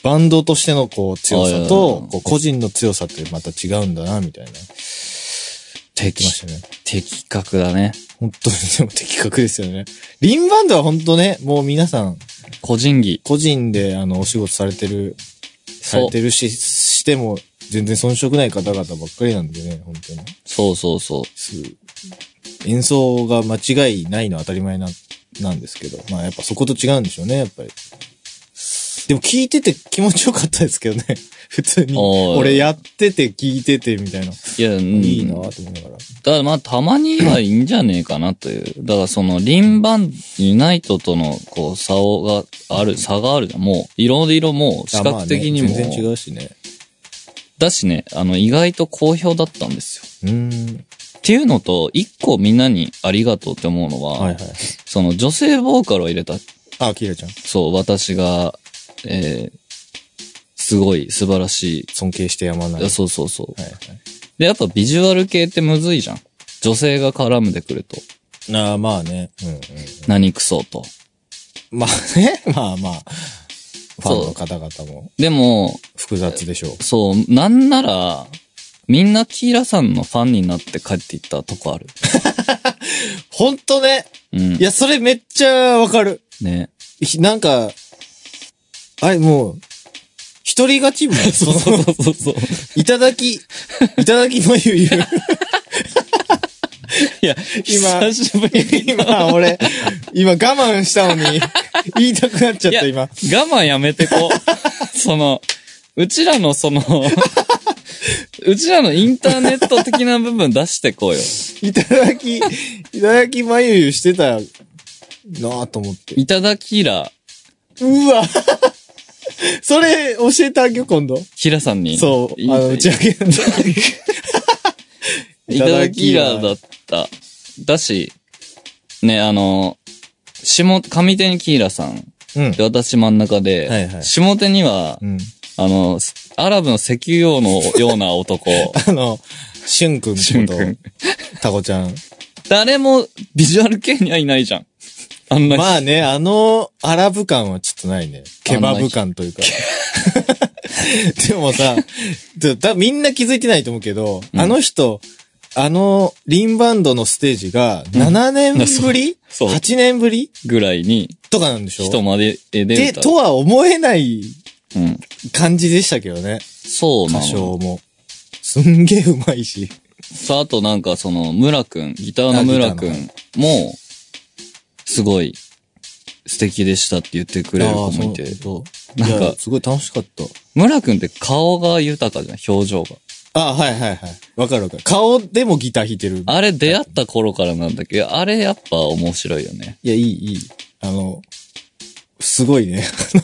Speaker 2: バンドとしてのこう強
Speaker 1: あいやい
Speaker 2: さ
Speaker 1: や
Speaker 2: と、こう個人の強さってまた違うんだな、みたいな。でき
Speaker 1: 的
Speaker 2: まし、たね。
Speaker 1: 的確だね。
Speaker 2: 本当にでも的確ですよね。リンバンドは本当ね、もう皆さん、
Speaker 1: 個人技。
Speaker 2: 個人であの、お仕事されてる、さ
Speaker 1: そう
Speaker 2: れてるし、しても、全然遜色ない方々ばっかりなんでね、本当に。
Speaker 1: そうそうそう。
Speaker 2: す演奏が間違いないのは当たり前な、なんですけど、まあやっぱそこと違うんでしょうね、やっぱり。でも聞いてて気持ちよかったですけどね。 普通に。
Speaker 1: おー
Speaker 2: 俺やってて聞いててみたいな。
Speaker 1: いや、うん
Speaker 2: いいなぁと思いながら。
Speaker 1: だからまあ、たまにはいいんじゃねえかなという。だからその、リンバン、ユナイトとの、こう、差をがある、差があるじゃん。もう、色々もう、視
Speaker 2: あまあ
Speaker 1: 覚
Speaker 2: ね
Speaker 1: 的にも。
Speaker 2: 全然違うしね。
Speaker 1: だしね、あの、意外と好評だったんですよ。
Speaker 2: うーん。
Speaker 1: っていうのと、一個みんなにありがとうって思うのは、
Speaker 2: はいはい。
Speaker 1: その、女性ボーカルを入れた、
Speaker 2: あ、キラちゃん。
Speaker 1: そう、私が、えー、すごい、素晴らしい。
Speaker 2: 尊敬してやまない。
Speaker 1: いやそうそうそう。
Speaker 2: はいはい。
Speaker 1: で、やっぱビジュアル系ってむずいじゃん。女性が絡んでくると、
Speaker 2: ああ、まあね。うんうん。
Speaker 1: 何クソと。
Speaker 2: まあね。 まあまあ。ファン
Speaker 1: そう
Speaker 2: の方々も
Speaker 1: でも、
Speaker 2: 複雑でしょう。
Speaker 1: そう、なんなら、みんなキーラさんのファンになって帰っていったとこある。
Speaker 2: ほんとね。
Speaker 1: うん
Speaker 2: い。や、それめっちゃわかる。
Speaker 1: ね。
Speaker 2: ひなんか、あれもう、一人勝ちみたいな。 そうそうそうそう。いただき、いただきまゆゆ。
Speaker 1: いや、
Speaker 2: 今
Speaker 1: 久しぶりに。
Speaker 2: 今、俺、今我慢したのに、言いたくなっちゃった、
Speaker 1: い
Speaker 2: 今
Speaker 1: や。我慢やめてこう。 その、うちらのその、うちらのインターネット的な部分出してこうよ。
Speaker 2: いただき、いただきまゆゆしてたなぁと思って。
Speaker 1: いただキーラ、
Speaker 2: うわそれ、教えてあげよう、今度。
Speaker 1: キーラさんに。
Speaker 2: そう、あの、打
Speaker 1: い
Speaker 2: ち上げ の時
Speaker 1: いただきラーだった。だし、ね、あの、下、上手にキーラさん。
Speaker 2: うん
Speaker 1: で、。私真ん中で、
Speaker 2: はいはい
Speaker 1: 下手には
Speaker 2: う、ん。
Speaker 1: あの、アラブの石油王のような男、
Speaker 2: あの、しゅんくん
Speaker 1: シュン
Speaker 2: こ
Speaker 1: 君。
Speaker 2: と、たこちゃん。
Speaker 1: 誰もビジュアル系にはいないじゃん。あんな人、
Speaker 2: まあね、あの、アラブ感はちょっとないね。ケバブ感というか。でもさ、ちょ多分みんな気づいてないと思うけど、
Speaker 1: うん
Speaker 2: あの人、あの、リンバンドのステージが、7年ぶり、
Speaker 1: そうそう
Speaker 2: ?8 年ぶり
Speaker 1: ぐらいに、
Speaker 2: とかなんでしょ
Speaker 1: 人まで出
Speaker 2: で、
Speaker 1: た。
Speaker 2: とは思えない
Speaker 1: うん。
Speaker 2: 感じでしたけどね。
Speaker 1: そうな
Speaker 2: 歌
Speaker 1: の。
Speaker 2: 唱も。すんげえうまいし。
Speaker 1: さあ、あとなんかその、村くん、ギターの村く
Speaker 2: あ
Speaker 1: んも、すごい、素敵でしたって言ってくれる子もいて。
Speaker 2: そう
Speaker 1: なんか
Speaker 2: いやすごい楽しかった。
Speaker 1: 村くんって顔が豊かじゃん、表情が。
Speaker 2: あ、はいはいはい。わかるわかる。顔でもギター弾いてる。
Speaker 1: あれ出会った頃からなんだけど、あれやっぱ面白いよね。
Speaker 2: いや、いい、いい。あの、すごいね。 あの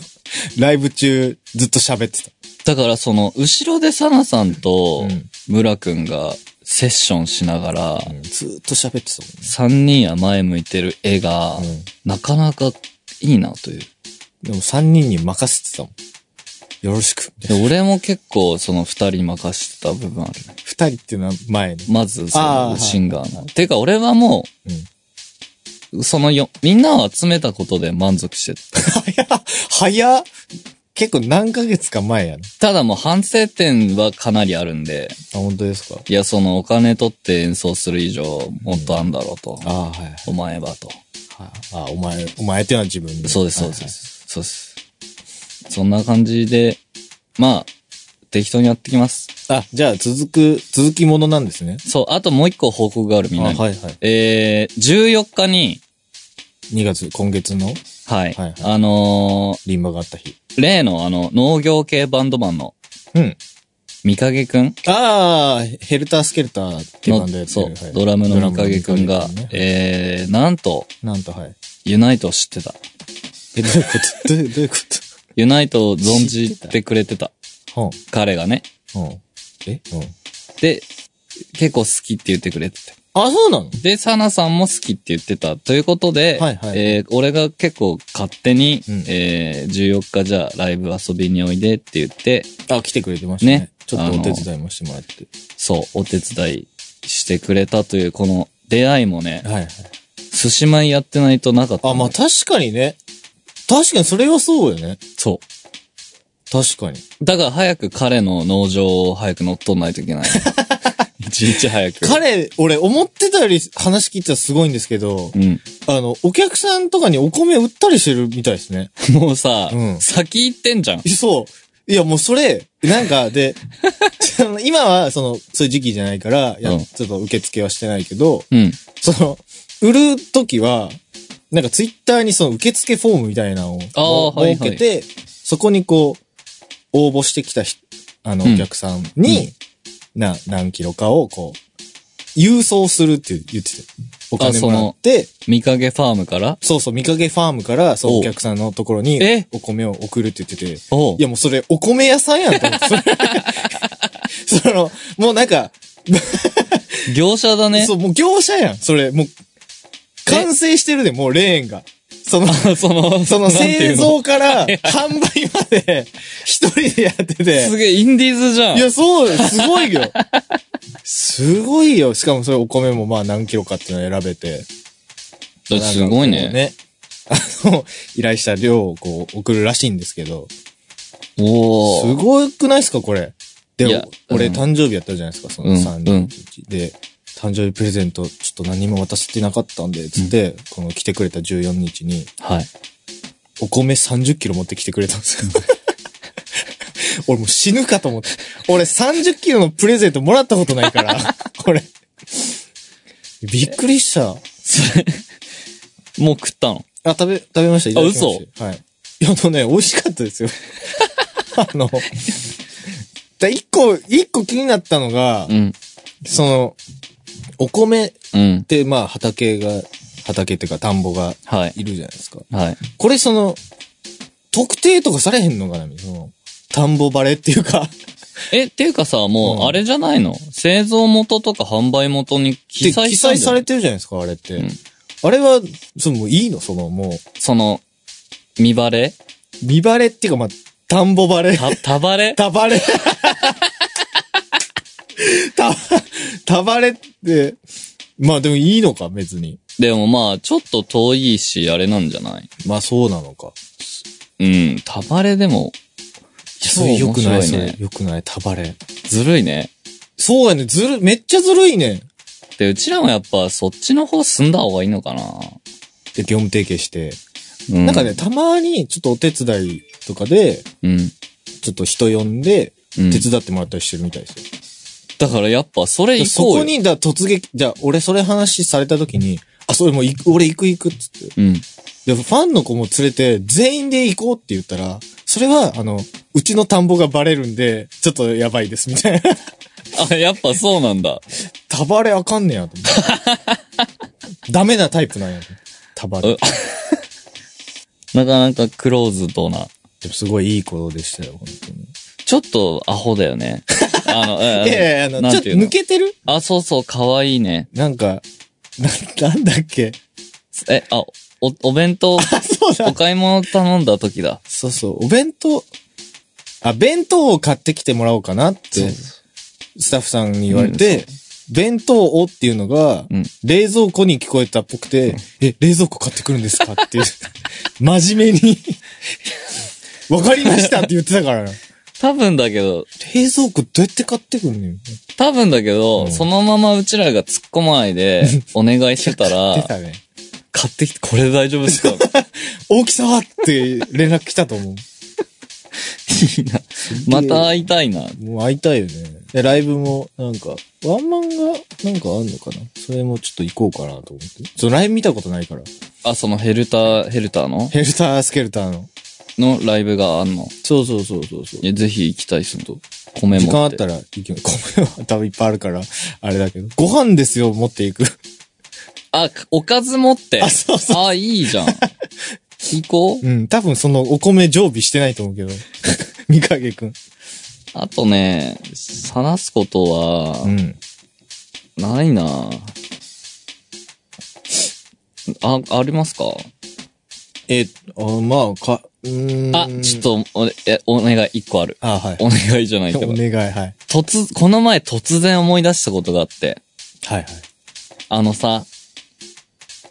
Speaker 2: ライブ中、ずっと喋ってた。
Speaker 1: だからその、後ろでサナさんと
Speaker 2: うん
Speaker 1: 村くんがセッションしながら、
Speaker 2: ずーっと喋ってた
Speaker 1: 三人は前向いてる絵が
Speaker 2: もん、ね。
Speaker 1: なかなかいいなという。
Speaker 2: うん。でも3人に任せてたもん。よろしく。みたい
Speaker 1: で俺も結構その二人に任せてた部分あるね。
Speaker 2: な二人っていうのは前に。
Speaker 1: まず、そ
Speaker 2: あーは
Speaker 1: の
Speaker 2: い
Speaker 1: シンガーの。てか俺はも
Speaker 2: うん。
Speaker 1: う、そのよ、みんなを集めたことで満足してた。
Speaker 2: 早っ早っ結構何ヶ月か前やな。
Speaker 1: ただもう反省点はかなりあるんで、
Speaker 2: あ、本当ですか
Speaker 1: いや、そのお金取って演奏する以上、もっとあんだろうと。
Speaker 2: ああ、はい。
Speaker 1: お前はと。
Speaker 2: あ、お前、お前っていうのは自分
Speaker 1: そうです、そうで。す。そうです。そんな感じで、まあ、適当にやってきます。
Speaker 2: はいはいあ、じゃあ続く、続きものなんですね。
Speaker 1: そう、あともう一個報告があるみん
Speaker 2: あ、
Speaker 1: な
Speaker 2: はい
Speaker 1: に。
Speaker 2: はい。
Speaker 1: えー、14日に、
Speaker 2: 2月、今月の
Speaker 1: はい、
Speaker 2: はいはい
Speaker 1: あの
Speaker 2: リンバがあった日。
Speaker 1: ー、例のあの、農業系バンドマンの、
Speaker 2: うん。
Speaker 1: 三影くん
Speaker 2: ああ、ヘルタースケルターっていうバンドや
Speaker 1: の、
Speaker 2: って
Speaker 1: そ
Speaker 2: る。
Speaker 1: う
Speaker 2: はい、
Speaker 1: ドラムの三影くん
Speaker 2: ドラ
Speaker 1: が
Speaker 2: ムの、三影ね
Speaker 1: えー、なんと、
Speaker 2: なんとはい。
Speaker 1: ユナイトを知ってた。
Speaker 2: え、どういうこと どうどういうこ
Speaker 1: ユナイトを存じてくれてた。
Speaker 2: とは
Speaker 1: 彼がね。
Speaker 2: ん。うん。えうん。
Speaker 1: で、結構好きって言ってくれてて。
Speaker 2: あ、そうなの
Speaker 1: で、サナさんも好きって言ってた。ということで、
Speaker 2: はいはい
Speaker 1: えー俺が結構勝手に、
Speaker 2: うん
Speaker 1: えー14日じゃあライブ遊びにおいでって言って、
Speaker 2: あ、来てくれてましたね。
Speaker 1: ね
Speaker 2: ちょっとお手伝いもしてもらって。
Speaker 1: そう、お手伝いしてくれたという、この出会いもね、
Speaker 2: はい。
Speaker 1: 寿司米やってないとなかった。
Speaker 2: あ、まあ確かにね。確かにそれはそうよね。
Speaker 1: そ
Speaker 2: 確かに。
Speaker 1: う。だから早く彼の農場を早く乗っ取んないといけ ない。いちいち早く。
Speaker 2: 彼、俺思ってたより話聞いたらすごいんですけど、
Speaker 1: うん。
Speaker 2: あの、お客さんとかにお米売ったりしてるみたいですね。
Speaker 1: もうさ、
Speaker 2: うん
Speaker 1: 先行ってんじゃん。
Speaker 2: そう。いや、もうそれ、なんか、 で、その今は、その、そういう時期じゃないから、いや
Speaker 1: うん
Speaker 2: ちょっと受付はしてないけど、
Speaker 1: うん。
Speaker 2: その、売る時は、なんかツイッターにその受付フォームみたいなの
Speaker 1: あ
Speaker 2: を
Speaker 1: ーはいはい
Speaker 2: 設けて、そこにこう、応募してきたひ、あの、
Speaker 1: うん
Speaker 2: お客さんに、な、何キロかをこう、郵送するって言ってて、お金もらって、
Speaker 1: 見かけファームから
Speaker 2: そうそう、見かけファームから、その
Speaker 1: おう
Speaker 2: お客さんのところに
Speaker 1: え、
Speaker 2: お米を送るって言ってて、
Speaker 1: おう
Speaker 2: いや、もうそれ、お米屋さんやんと思って。それその、もうなんか、
Speaker 1: 業者だね。
Speaker 2: そう、もう業者やん。それ、もう、完成してるで、もうレーンが。その、
Speaker 1: その、
Speaker 2: その
Speaker 1: なんてい
Speaker 2: 製
Speaker 1: うの
Speaker 2: 造から販売まで、一人でやって
Speaker 1: す
Speaker 2: て。
Speaker 1: げえ、インディーズじゃん。
Speaker 2: いや、そう、すごいよ。すごいよ。しかもそれお米もまあ何キロかっていうのを選べて。
Speaker 1: だってすごい
Speaker 2: なんかこう
Speaker 1: ね。
Speaker 2: ね。あの、依頼した量をこう送るらしいんですけど。
Speaker 1: お
Speaker 2: す
Speaker 1: お。
Speaker 2: ごくないですか、こ
Speaker 1: い
Speaker 2: れ。で
Speaker 1: や、
Speaker 2: 俺、
Speaker 1: うん
Speaker 2: 誕生日やったじゃないですか、その
Speaker 1: うん
Speaker 2: 3人、で、誕生日プレゼント、ちょっと何も渡してなかったんで、つって、この来てくれた14日に、
Speaker 1: はい。
Speaker 2: お米30キロ持ってきてくれた んですよ。俺もう死ぬかと思って。俺30キロのプレゼントもらったことないから、これ。びっくりした。
Speaker 1: それ、 もう食ったの
Speaker 2: あ、食べ、食べました。いただきましたはい。いや、あのね、美味しかったですよ。 あの、だ一個、一個気になったのが、
Speaker 1: うん。
Speaker 2: その、お米っ
Speaker 1: うん。
Speaker 2: て、まあ、畑が、畑っていうか、田んぼが
Speaker 1: はい。
Speaker 2: いるじゃないですか。
Speaker 1: はい。
Speaker 2: これ、その、特定とかされへんのかなみたいな。その田んぼバレってい うか、
Speaker 1: え、っていうかさ、
Speaker 2: う
Speaker 1: も
Speaker 2: ん
Speaker 1: う、あれじゃないの、製造元とか販売元に記
Speaker 2: で
Speaker 1: 載
Speaker 2: 記
Speaker 1: したん
Speaker 2: 載
Speaker 1: じゃ
Speaker 2: さ
Speaker 1: な
Speaker 2: れ
Speaker 1: い
Speaker 2: てるじゃないですか、あれって。
Speaker 1: うん
Speaker 2: あれは、そのもういいのその、もう、
Speaker 1: その、見バレ
Speaker 2: 見バレっていうか、まあ、田んぼバレ。
Speaker 1: た、たばれ
Speaker 2: たばれ。た、たばれって、まあでもいいのか、別に。
Speaker 1: でもまあ、ちょっと遠いし、あれなんじゃない
Speaker 2: まあそうなのか。
Speaker 1: うん。たばれでも、
Speaker 2: それ良くない、
Speaker 1: 面
Speaker 2: そ
Speaker 1: 白い
Speaker 2: れ
Speaker 1: ね。。
Speaker 2: 良くない、たばれ。
Speaker 1: ずるいね。
Speaker 2: そうやね、ずる、めっちゃずるいね。
Speaker 1: で、うちらもやっぱ、そっちの方住んだ方がいいのかな
Speaker 2: で、業務提携して。
Speaker 1: う
Speaker 2: なんかね、、たまに、ちょっとお手伝いとかで、
Speaker 1: うん。
Speaker 2: ちょっと人呼んで、
Speaker 1: うん
Speaker 2: 手伝ってもらったりしてるみたいですよ。
Speaker 1: だからやっぱ、それ
Speaker 2: で
Speaker 1: 行
Speaker 2: そ
Speaker 1: こう
Speaker 2: こ
Speaker 1: よ。
Speaker 2: に、だ、突撃、じゃあ、俺それ話された時に、あ、それもう行く、俺行く行くっつって。
Speaker 1: うん。
Speaker 2: で、ファンの子も連れて、全員で行こうって言ったら、それは、あの、うちの田んぼがバレるんで、ちょっとやばいです、みたいな。
Speaker 1: あ、やっぱそうなんだ。
Speaker 2: たばれあかんねや、と思って。 ダメなタイプなんや、たばれ
Speaker 1: う。なかなかクローズドな。
Speaker 2: でもすごいいい子でしたよ、本当に。
Speaker 1: ちょっとアホだよ ね。あの、
Speaker 2: いやいや、あの、ちょっと抜
Speaker 1: け。
Speaker 2: けてる
Speaker 1: あ、そうそう、かわいいね。
Speaker 2: なんか、な、なんだっけ。
Speaker 1: え、あ、お、お弁当、
Speaker 2: あ、 そう
Speaker 1: お
Speaker 2: だ。
Speaker 1: 買い物頼んだ時だ。
Speaker 2: そうそう、お弁当、あ、弁当を買ってきてもらおうかなって、スタッフさんに言われて、弁当をっていうのが、
Speaker 1: うん
Speaker 2: 冷蔵庫に聞こえたっぽくて、え、冷蔵庫買ってくるんですかっていう。 真面目に。 わかりましたって言って たからな。
Speaker 1: 多分だけど、
Speaker 2: 冷蔵庫どうやって買ってくるのよ。
Speaker 1: 多分だけど、
Speaker 2: うん
Speaker 1: そのままうちらが突っ込まない で、お願いしてた
Speaker 2: 出
Speaker 1: ら、
Speaker 2: たね。
Speaker 1: 買ってきて、これ大丈夫 ですか
Speaker 2: 大きさはって連絡来たと思う。
Speaker 1: いいな。また会いたいな。
Speaker 2: もう会いたいよね。で、ライブも、なんか、ワンマンが、なんかあんのかなそれもちょっと行こうかなと思って。そう、ライブ見たことないから。
Speaker 1: あ、そのヘルター、ヘルターの
Speaker 2: ヘルタースケルターの。
Speaker 1: のライブがあんの。
Speaker 2: そうそうそうそうそう。
Speaker 1: いやぜひ行きたいっすと。米も。
Speaker 2: 時間あったら行きます。 米は多分いっぱいあるから、あれだけど。ご飯ですよ、持っていく。
Speaker 1: あ、おかず持って。
Speaker 2: あそうそう
Speaker 1: あ、いいじゃん。行こう。
Speaker 2: うん、多分そのお米常備してないと思うけど。 三影くん。
Speaker 1: あとね、話すこと
Speaker 2: う
Speaker 1: は、
Speaker 2: ん。
Speaker 1: ないな、あ、ありますか
Speaker 2: え、あまあ、か、うーん。
Speaker 1: あ、ちょっ。と、お、え、お願い、一個ある。
Speaker 2: あ、はい。
Speaker 1: お願いじゃないけ
Speaker 2: お
Speaker 1: ど。
Speaker 2: 願い、はい。はい
Speaker 1: 突、この前突然思い出したことがあって、
Speaker 2: はい。
Speaker 1: あのさ、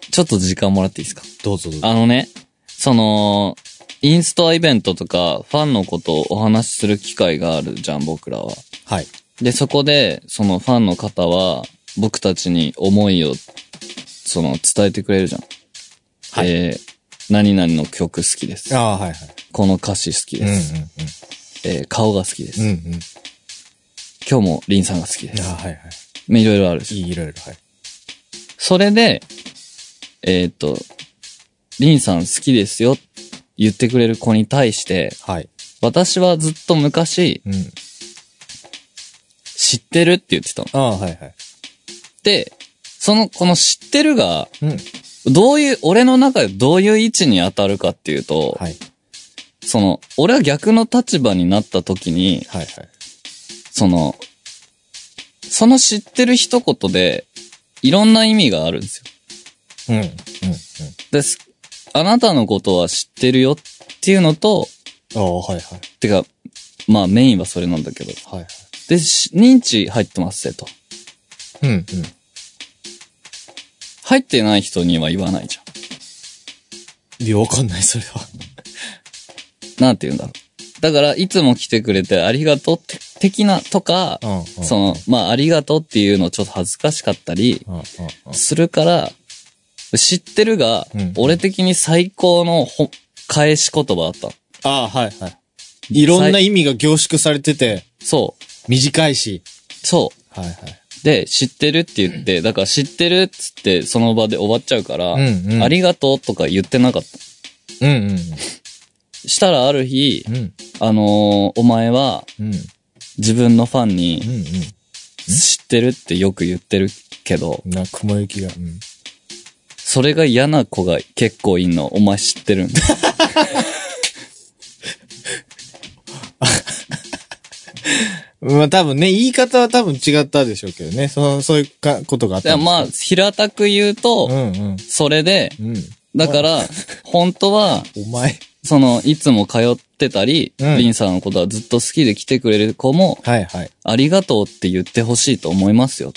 Speaker 1: ちょっと時間もらっていいですか
Speaker 2: どうぞどうぞ。
Speaker 1: あのね、その、インストアイベントとか、ファンのことをお話しする機会があるじゃん、僕らは。
Speaker 2: はい。
Speaker 1: で、そこで、そのファンの方は、僕たちに思いを、その、伝えてくれるじゃん。
Speaker 2: はい
Speaker 1: えー何々の曲好きです
Speaker 2: あ。あ、はいはい。
Speaker 1: この歌詞好き
Speaker 2: うん
Speaker 1: です。えー顔が好きです。
Speaker 2: うんうん。うんうん。
Speaker 1: 今日もリンさんが好きで
Speaker 2: ああ、
Speaker 1: す。
Speaker 2: はいはい。
Speaker 1: まあいろいろあるし。
Speaker 2: いい、いろいろ、はい。
Speaker 1: それで、えーっと、リンさん好きですよ、言ってくれる子に対して、
Speaker 2: はい。
Speaker 1: 私はずっと昔、
Speaker 2: うん。
Speaker 1: 知ってるって言ってたの。
Speaker 2: ああ、はいはい。
Speaker 1: で、その、この知ってるが、
Speaker 2: うん。
Speaker 1: どういう、俺の中でどういう位置に当たるかっていうと、
Speaker 2: はい。
Speaker 1: その、俺は逆の立場になった時に、
Speaker 2: はいはい。
Speaker 1: その、その知ってる一言で、いろんな意味があるんですよ。
Speaker 2: うん。うん。うん。
Speaker 1: です。あなたのことは知ってるよっていうのと、
Speaker 2: ああ、はいはい。
Speaker 1: てか、まあメインはそれなんだけど。
Speaker 2: はいはい。
Speaker 1: で、し認知入ってますねと。
Speaker 2: うんうん。
Speaker 1: 入ってない人には言わないじゃん。
Speaker 2: いや、わかんない、それは。
Speaker 1: なんて言うんだろう。だから、いつも来てくれてありがとうって、的なとか、
Speaker 2: ん、うん。
Speaker 1: その、まあありがとうっていうのちょっと恥ずかしかったり
Speaker 2: うんうん
Speaker 1: するから、知ってるが、
Speaker 2: うん
Speaker 1: 俺的に最高のほ返し言葉だったの。
Speaker 2: ああ、はいはい。いろんな意味が凝縮されてて、
Speaker 1: そう。
Speaker 2: 短いし。
Speaker 1: そう。
Speaker 2: はいはい。
Speaker 1: で、知ってるって言って、だから知ってるっつってその場で終わっちゃうから、
Speaker 2: うんうん
Speaker 1: ありがとうとか言ってなかった。
Speaker 2: うんうん
Speaker 1: したらある日
Speaker 2: う、ん。うん。
Speaker 1: あのーお前は
Speaker 2: うん。うん
Speaker 1: 自分のファンに
Speaker 2: う
Speaker 1: 知ってるってよく言ってるけど、
Speaker 2: ん。な、雲行きが。うん。
Speaker 1: それが嫌な子が結構いんの、お前知ってるんだ。
Speaker 2: まあ多分ね、言い方は多分違ったでしょうけどね。その、そういうかことがあっ
Speaker 1: だか
Speaker 2: た
Speaker 1: ら
Speaker 2: んです。
Speaker 1: まあ、平たく言うと、
Speaker 2: うんうん。
Speaker 1: それで、
Speaker 2: うん。
Speaker 1: だから、本当は、
Speaker 2: お前。
Speaker 1: その、いつも通ってたり、
Speaker 2: うん
Speaker 1: リンさんのことはずっと好きで来てくれる子も、
Speaker 2: はいはい。
Speaker 1: ありがとうって言ってほしいと思いますよ。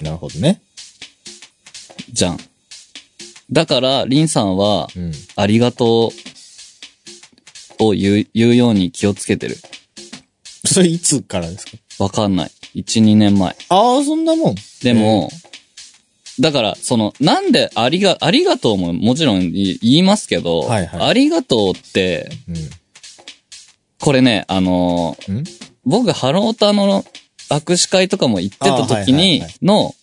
Speaker 2: なるほどね。
Speaker 1: じゃん。だから、リンさんは、
Speaker 2: うん。
Speaker 1: ありがとうを言う言うように気をつけてる。
Speaker 2: それいつからですか
Speaker 1: わかんない。1、2年前。
Speaker 2: ああ、そんなもん。
Speaker 1: でも、だから、その、なんでありが、ありがとうももちろんい言いますけど、
Speaker 2: はいはい
Speaker 1: ありがとうって、
Speaker 2: う
Speaker 1: これね、あのー、
Speaker 2: ん。うん
Speaker 1: 僕、ハロータの握手会とかも行ってた時
Speaker 2: あはいはい
Speaker 1: に
Speaker 2: はい
Speaker 1: の、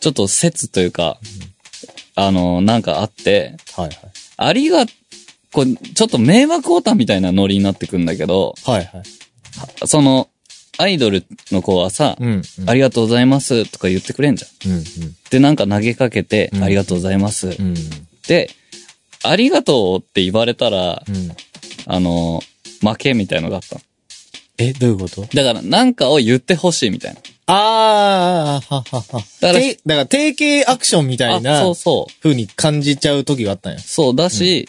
Speaker 1: ちょっと説というか、あのー、なんかあって、
Speaker 2: はいはい。
Speaker 1: ありが、こう、ちょっと迷惑オタみたいなノリになってくんだけど、
Speaker 2: はいはい。
Speaker 1: その、アイドルの子はさ、
Speaker 2: うん。
Speaker 1: ありがとうございますとか言ってくれんじゃん。
Speaker 2: うん
Speaker 1: で、なんか投げかけて、
Speaker 2: うん
Speaker 1: ありがとうございます。
Speaker 2: うん。うん。
Speaker 1: で、ありがとうって言われたら、
Speaker 2: うん。
Speaker 1: あの、負けみたいのがあったの。
Speaker 2: え、どういうこと
Speaker 1: だから、なんかを言ってほしいみたいな。
Speaker 2: ああ、ははは。
Speaker 1: だから
Speaker 2: てだから、定型アクションみたい
Speaker 1: あ、
Speaker 2: な
Speaker 1: そうそう。
Speaker 2: 風に感じちゃう時があったんや。
Speaker 1: そうだし、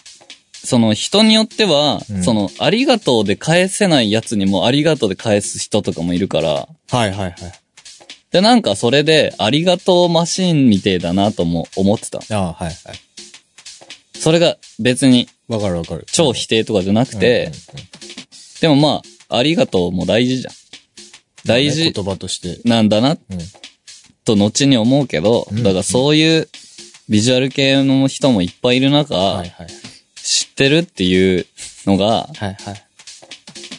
Speaker 1: その人によっては、
Speaker 2: うん
Speaker 1: その、ありがとうで返せないやつにもありがとうで返す人とかもいるから、
Speaker 2: はいはいはい。
Speaker 1: で、なんかそれで、ありがとうマシーンみてえだなとも思ってた。
Speaker 2: ああ、はいはい。
Speaker 1: それが別に
Speaker 2: わかるわかる。
Speaker 1: 超否定とかじゃなく
Speaker 2: う
Speaker 1: て
Speaker 2: んうん、うん
Speaker 1: でもまあ、ありがとうも大事じゃん。大事
Speaker 2: 言葉として。
Speaker 1: なんだな、
Speaker 2: うん
Speaker 1: と後に思うけど、
Speaker 2: うん
Speaker 1: だからそういうビジュアル系の人もいっぱいいる中、
Speaker 2: はいはい。
Speaker 1: 知ってるっていうのが、
Speaker 2: はいはい。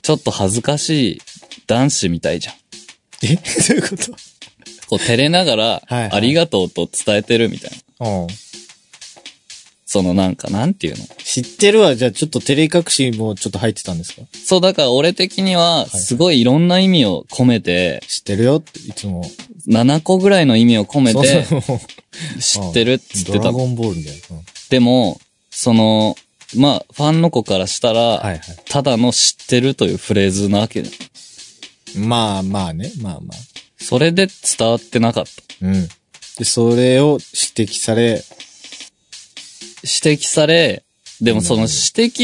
Speaker 1: ちょっと恥ずかしい男子みたいじゃん。
Speaker 2: え どういうこと
Speaker 1: こう照れながら、
Speaker 2: はいはい
Speaker 1: ありがとうと伝えてるみたいな。
Speaker 2: うん。
Speaker 1: そのなんか、なんていうの
Speaker 2: 知ってるわ。じゃあ、ちょっと照れ隠しもちょっと入ってたんですか
Speaker 1: そう、だから俺的には、
Speaker 2: はい
Speaker 1: すごいいろんな意味を込めて、
Speaker 2: 知ってるよって、いつも。
Speaker 1: 7個ぐらいの意味を込めて、
Speaker 2: そうそう
Speaker 1: 知ってるっつって
Speaker 2: ド
Speaker 1: た
Speaker 2: ラ
Speaker 1: の。
Speaker 2: ゴンボールみたいな。うん
Speaker 1: でも、その、まあ、ファンの子からしたら、
Speaker 2: はいは
Speaker 1: ただの知ってるというフレーズなわけじゃん。
Speaker 2: い。まあまあね、まあまあ。
Speaker 1: それで伝わってなかった。
Speaker 2: うん。で、それを指摘され、
Speaker 1: 指摘され、でもその
Speaker 2: うん
Speaker 1: 指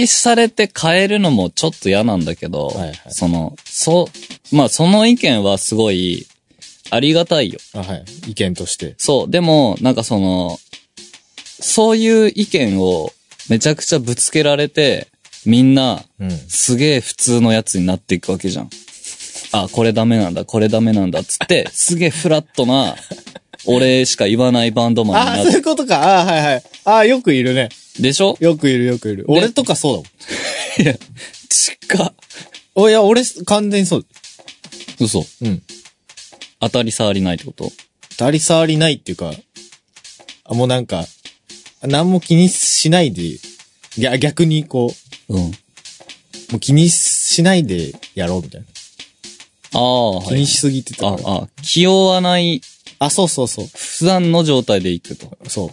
Speaker 1: 摘されて変えるのもちょっと嫌なんだけど、
Speaker 2: はいはい
Speaker 1: その、そう、まあその意見はすごい、ありがたいよ。
Speaker 2: あ、はい。意見として。
Speaker 1: そう。でも、なんかその、そういう意見をめちゃくちゃぶつけられて、みんな、
Speaker 2: うん。
Speaker 1: すげえ普通のやつになっていくわけじゃん。あ、これダメなんだ、これダメなんだ、つって、すげえフラットな、俺しか言わないバンドマン
Speaker 2: あ
Speaker 1: に
Speaker 2: あ、
Speaker 1: な
Speaker 2: そう
Speaker 1: っ
Speaker 2: いうことか。ああ、はいはい。ああ、よくいるね。
Speaker 1: でしょ
Speaker 2: よくいるよくいる。俺とかそうだもん
Speaker 1: いや、近っ。
Speaker 2: お。いや、俺、完全にそう。
Speaker 1: 嘘。
Speaker 2: うん。
Speaker 1: 当たり障りないってこと
Speaker 2: 当たり障りないっていうか、あもうなんか、何も気にしないで、逆逆にこう、
Speaker 1: うん。
Speaker 2: もう気にしないでやろうみたいな。
Speaker 1: ああ、は
Speaker 2: 気に
Speaker 1: い。
Speaker 2: しすぎてた
Speaker 1: あ
Speaker 2: から。
Speaker 1: あ、気負わない、
Speaker 2: あ、そうそうそう。
Speaker 1: 普段の状態でいくと。
Speaker 2: そう。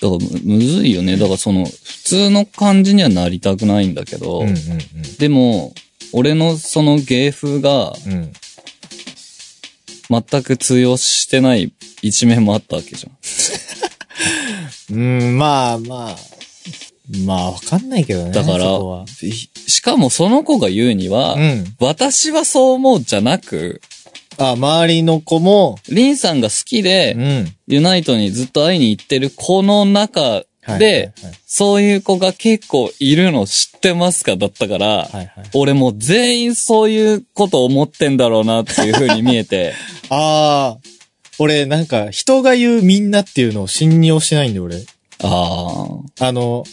Speaker 1: だからむ、むずいよね。だからその、普通の感じにはなりたくないんだけど、
Speaker 2: うんうん
Speaker 1: でも、俺のその芸風が
Speaker 2: うん。うん。
Speaker 1: 全く通用してない一面もあったわけじゃん。
Speaker 2: うん、まあまあ。まあ、わかんないけどね。
Speaker 1: だから
Speaker 2: そこは、
Speaker 1: いしかもその子が言うには、
Speaker 2: うん。
Speaker 1: 私はそう思うじゃなく、
Speaker 2: あ、周りの子も、
Speaker 1: リンさんが好きで、
Speaker 2: うん。
Speaker 1: ユナイトにずっと会いに行ってる子の中
Speaker 2: はい
Speaker 1: で、、
Speaker 2: はい
Speaker 1: そういう子が結構いるの知ってますかだったから、
Speaker 2: はいはいはい。
Speaker 1: 俺もう全員そういうこと思ってんだろうなっていう風に見え て、
Speaker 2: ああ、俺なんか人が言うみんなっていうのを信用しないんで俺。
Speaker 1: ああ、
Speaker 2: あの、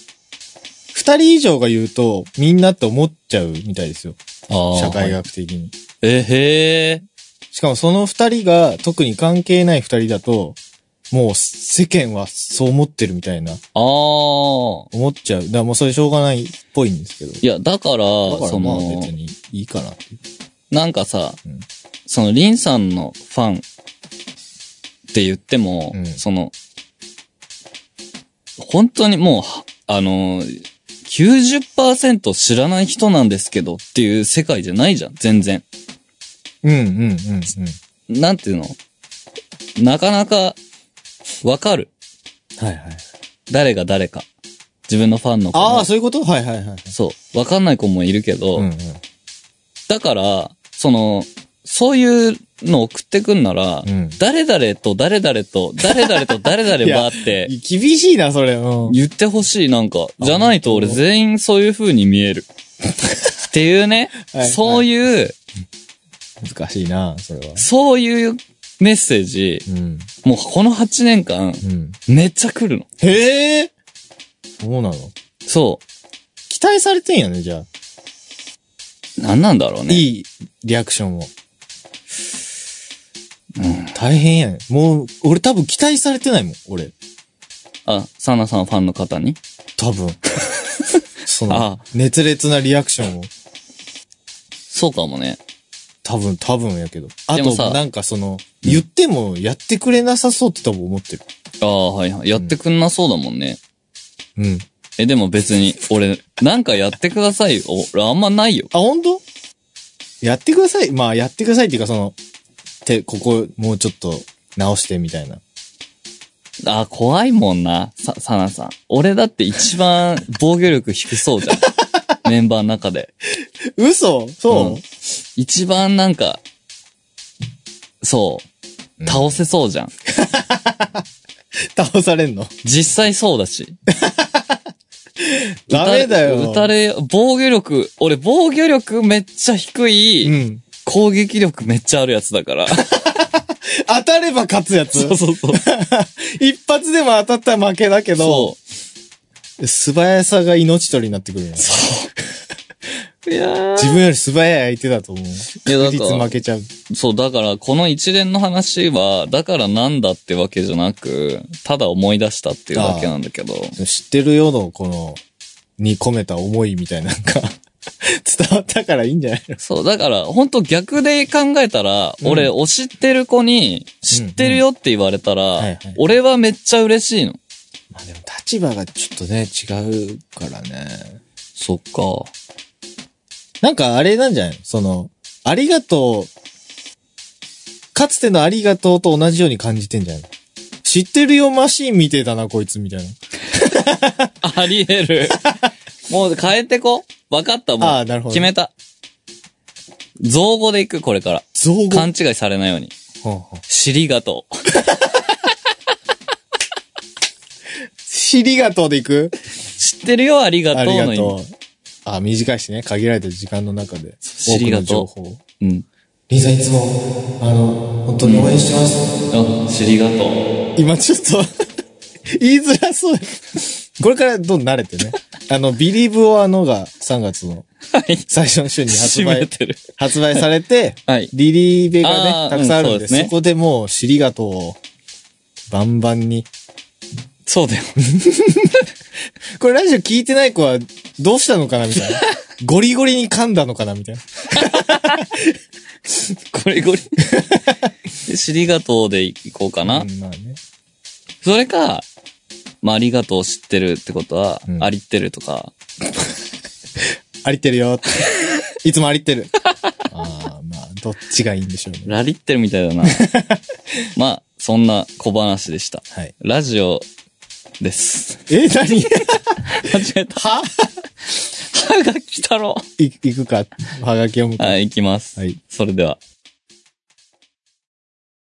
Speaker 2: 二人以上が言うとみんなって思っちゃうみたいですよ。
Speaker 1: ああ。
Speaker 2: 社会。学的に。
Speaker 1: え、へえ。
Speaker 2: しかもその二人が特に関係ない二人だと、もう世間はそう思ってるみたいな、
Speaker 1: ああ。
Speaker 2: 思っちゃう。だからもうそれしょうがないっぽいんですけど。
Speaker 1: いや、だから、
Speaker 2: だから
Speaker 1: そ
Speaker 2: まあ
Speaker 1: の、
Speaker 2: 別にいいかなっていう。
Speaker 1: なんかさ、
Speaker 2: うん
Speaker 1: その、リンさんのファンって言っても、
Speaker 2: うん
Speaker 1: その、本当にもう、はあの、90%知らない人なんですけどっていう世界じゃないじゃん、全然。
Speaker 2: うんうんうんうん。
Speaker 1: なんていうのなかなか、わかる。
Speaker 2: はいはい。
Speaker 1: 誰が誰か。自分のファンの子も
Speaker 2: ああ、そういうことはいはいはい。
Speaker 1: そう。わかんない子もいるけど、
Speaker 2: うんうん。
Speaker 1: だから、その、そういうの送ってくんなら、
Speaker 2: うん
Speaker 1: 誰々と誰々と誰々 と誰々はって
Speaker 2: 厳しいな、それ。うん。
Speaker 1: 言ってほしいなんか、
Speaker 2: あ
Speaker 1: じゃないと俺全員そういう風に見える。っていうね、
Speaker 2: はい
Speaker 1: そういう、
Speaker 2: 難しいな、それは。
Speaker 1: そういうメッセージ、
Speaker 2: うん。
Speaker 1: もうこの8年間、
Speaker 2: うん。
Speaker 1: めっちゃ来るの。
Speaker 2: へえそうなの
Speaker 1: そ
Speaker 2: 期待されてんやね、じゃあ。
Speaker 1: う。なんなんだろうね。
Speaker 2: いいリアクションを。大変やね。もう、俺多分期待されてないもん、俺。
Speaker 1: あ、サナさんファンの方に
Speaker 2: 多 分。その
Speaker 1: あ、
Speaker 2: 熱烈なリアクションを。
Speaker 1: そうかもね。
Speaker 2: 多分、多分やけど。あ
Speaker 1: でもさ
Speaker 2: と、なんかその、言ってもやってくれなさそうって多分思ってる。
Speaker 1: ああ、はいはい。やってくんなそうだもんね。
Speaker 2: うん。
Speaker 1: え、でも別に、俺、なんかやってくださいよ。俺、あんまないよ。
Speaker 2: あ、本当やってください。まあ、やってくださいっていうか、その、て、ここ、もうちょっと、直してみたいな。
Speaker 1: あ、怖いもんな、さ、サナさん。俺だって一番防御力低そうじゃ ん。メンバーの中で。
Speaker 2: 嘘そう、
Speaker 1: うん一番なんか、そう、倒せそうじゃん。
Speaker 2: 倒されんの
Speaker 1: 実際そうだし。
Speaker 2: ダメだよ。
Speaker 1: 打たれ、打たれ防御力、俺防御力めっちゃ低い、
Speaker 2: うん。
Speaker 1: 攻撃力めっちゃあるやつだから。
Speaker 2: 当たれば勝つやつ。
Speaker 1: そうそうそう。
Speaker 2: 一発でも当たったら負けだけど、
Speaker 1: そ
Speaker 2: 素早さが命取りになってくるの。
Speaker 1: う。いやー
Speaker 2: 自分より素早い相手だと思う。
Speaker 1: いやだから
Speaker 2: 確率負けちゃう。
Speaker 1: そう、だから、この一連の話は、だからなんだってわけじゃなく、ただ思い出したっていうだけなんだけど、
Speaker 2: 知ってるよの、この、に込めた思いみたいなのが、 伝わったからいいんじゃないの
Speaker 1: そう、だから、本当逆で考えたら、
Speaker 2: うん
Speaker 1: 俺、推してる子に、知ってるよって言われたら、
Speaker 2: んはいはい
Speaker 1: 俺はめっちゃ嬉しいの。
Speaker 2: まあでも立場がちょっとね、違うからね。
Speaker 1: そっか。
Speaker 2: なんかあれなんじゃないのその、ありがとう、かつてのありがとうと同じように感じてんじゃないの知ってるよマシーン見てたな、こいつ、みたいな。
Speaker 1: あり得る。 もう変えてこ。わかった、もう。
Speaker 2: あーなるほど
Speaker 1: 決めた。造語でいく、これから。
Speaker 2: 造語。
Speaker 1: 勘違いされないように。
Speaker 2: ほうほう
Speaker 1: 尻がとう。
Speaker 2: シリガトーで行く
Speaker 1: 知ってるよ、ありがと
Speaker 2: あ
Speaker 1: う
Speaker 2: りが
Speaker 1: の意
Speaker 2: とう
Speaker 1: 味。。
Speaker 2: あ、短いしね、限られた時間の中で。
Speaker 1: そう
Speaker 2: 多くの情
Speaker 1: シ
Speaker 2: 報。
Speaker 1: うん。
Speaker 2: リンさんいつも、あの、本当に応援してます。
Speaker 1: あ、尻がと
Speaker 2: 今ちょっと、言いづらそう。これからどんどん慣れてね。あの、ビリーブ・オア・ノが3月の
Speaker 1: う。はい。
Speaker 2: 最初の週に発
Speaker 1: 締め
Speaker 2: 売、
Speaker 1: てる。
Speaker 2: 発売されて、
Speaker 1: はい。
Speaker 2: リリーベ
Speaker 1: あ
Speaker 2: がね
Speaker 1: ー、
Speaker 2: たくさんある
Speaker 1: う
Speaker 2: んで、
Speaker 1: んそうです
Speaker 2: そ
Speaker 1: ね
Speaker 2: こでもう、シリガトーを、バンバンに。
Speaker 1: そうだよ。
Speaker 2: これラジオ聞いてない子は、どうしたのかな みたいな。ゴリゴリに噛んだのかなみたいな。
Speaker 1: ゴリゴ リ。で尻がとうでいこうかな。
Speaker 2: うんまあね。
Speaker 1: それか、まあ、ありがとう知ってるってことは、
Speaker 2: うん
Speaker 1: ありってるとか、
Speaker 2: ありってるよって。いつもあり ってる。ああ、まあ、どっちがいいんでしょうね。
Speaker 1: ラリってるみた いだな。まあ、そんな小話でした。
Speaker 2: はい。
Speaker 1: ラジオです。
Speaker 2: え、何
Speaker 1: 間違えた。
Speaker 2: は
Speaker 1: 歯が来たろ。
Speaker 2: い、いくか。はがき読むか。
Speaker 1: はい、行きます。
Speaker 2: はい
Speaker 1: それでは。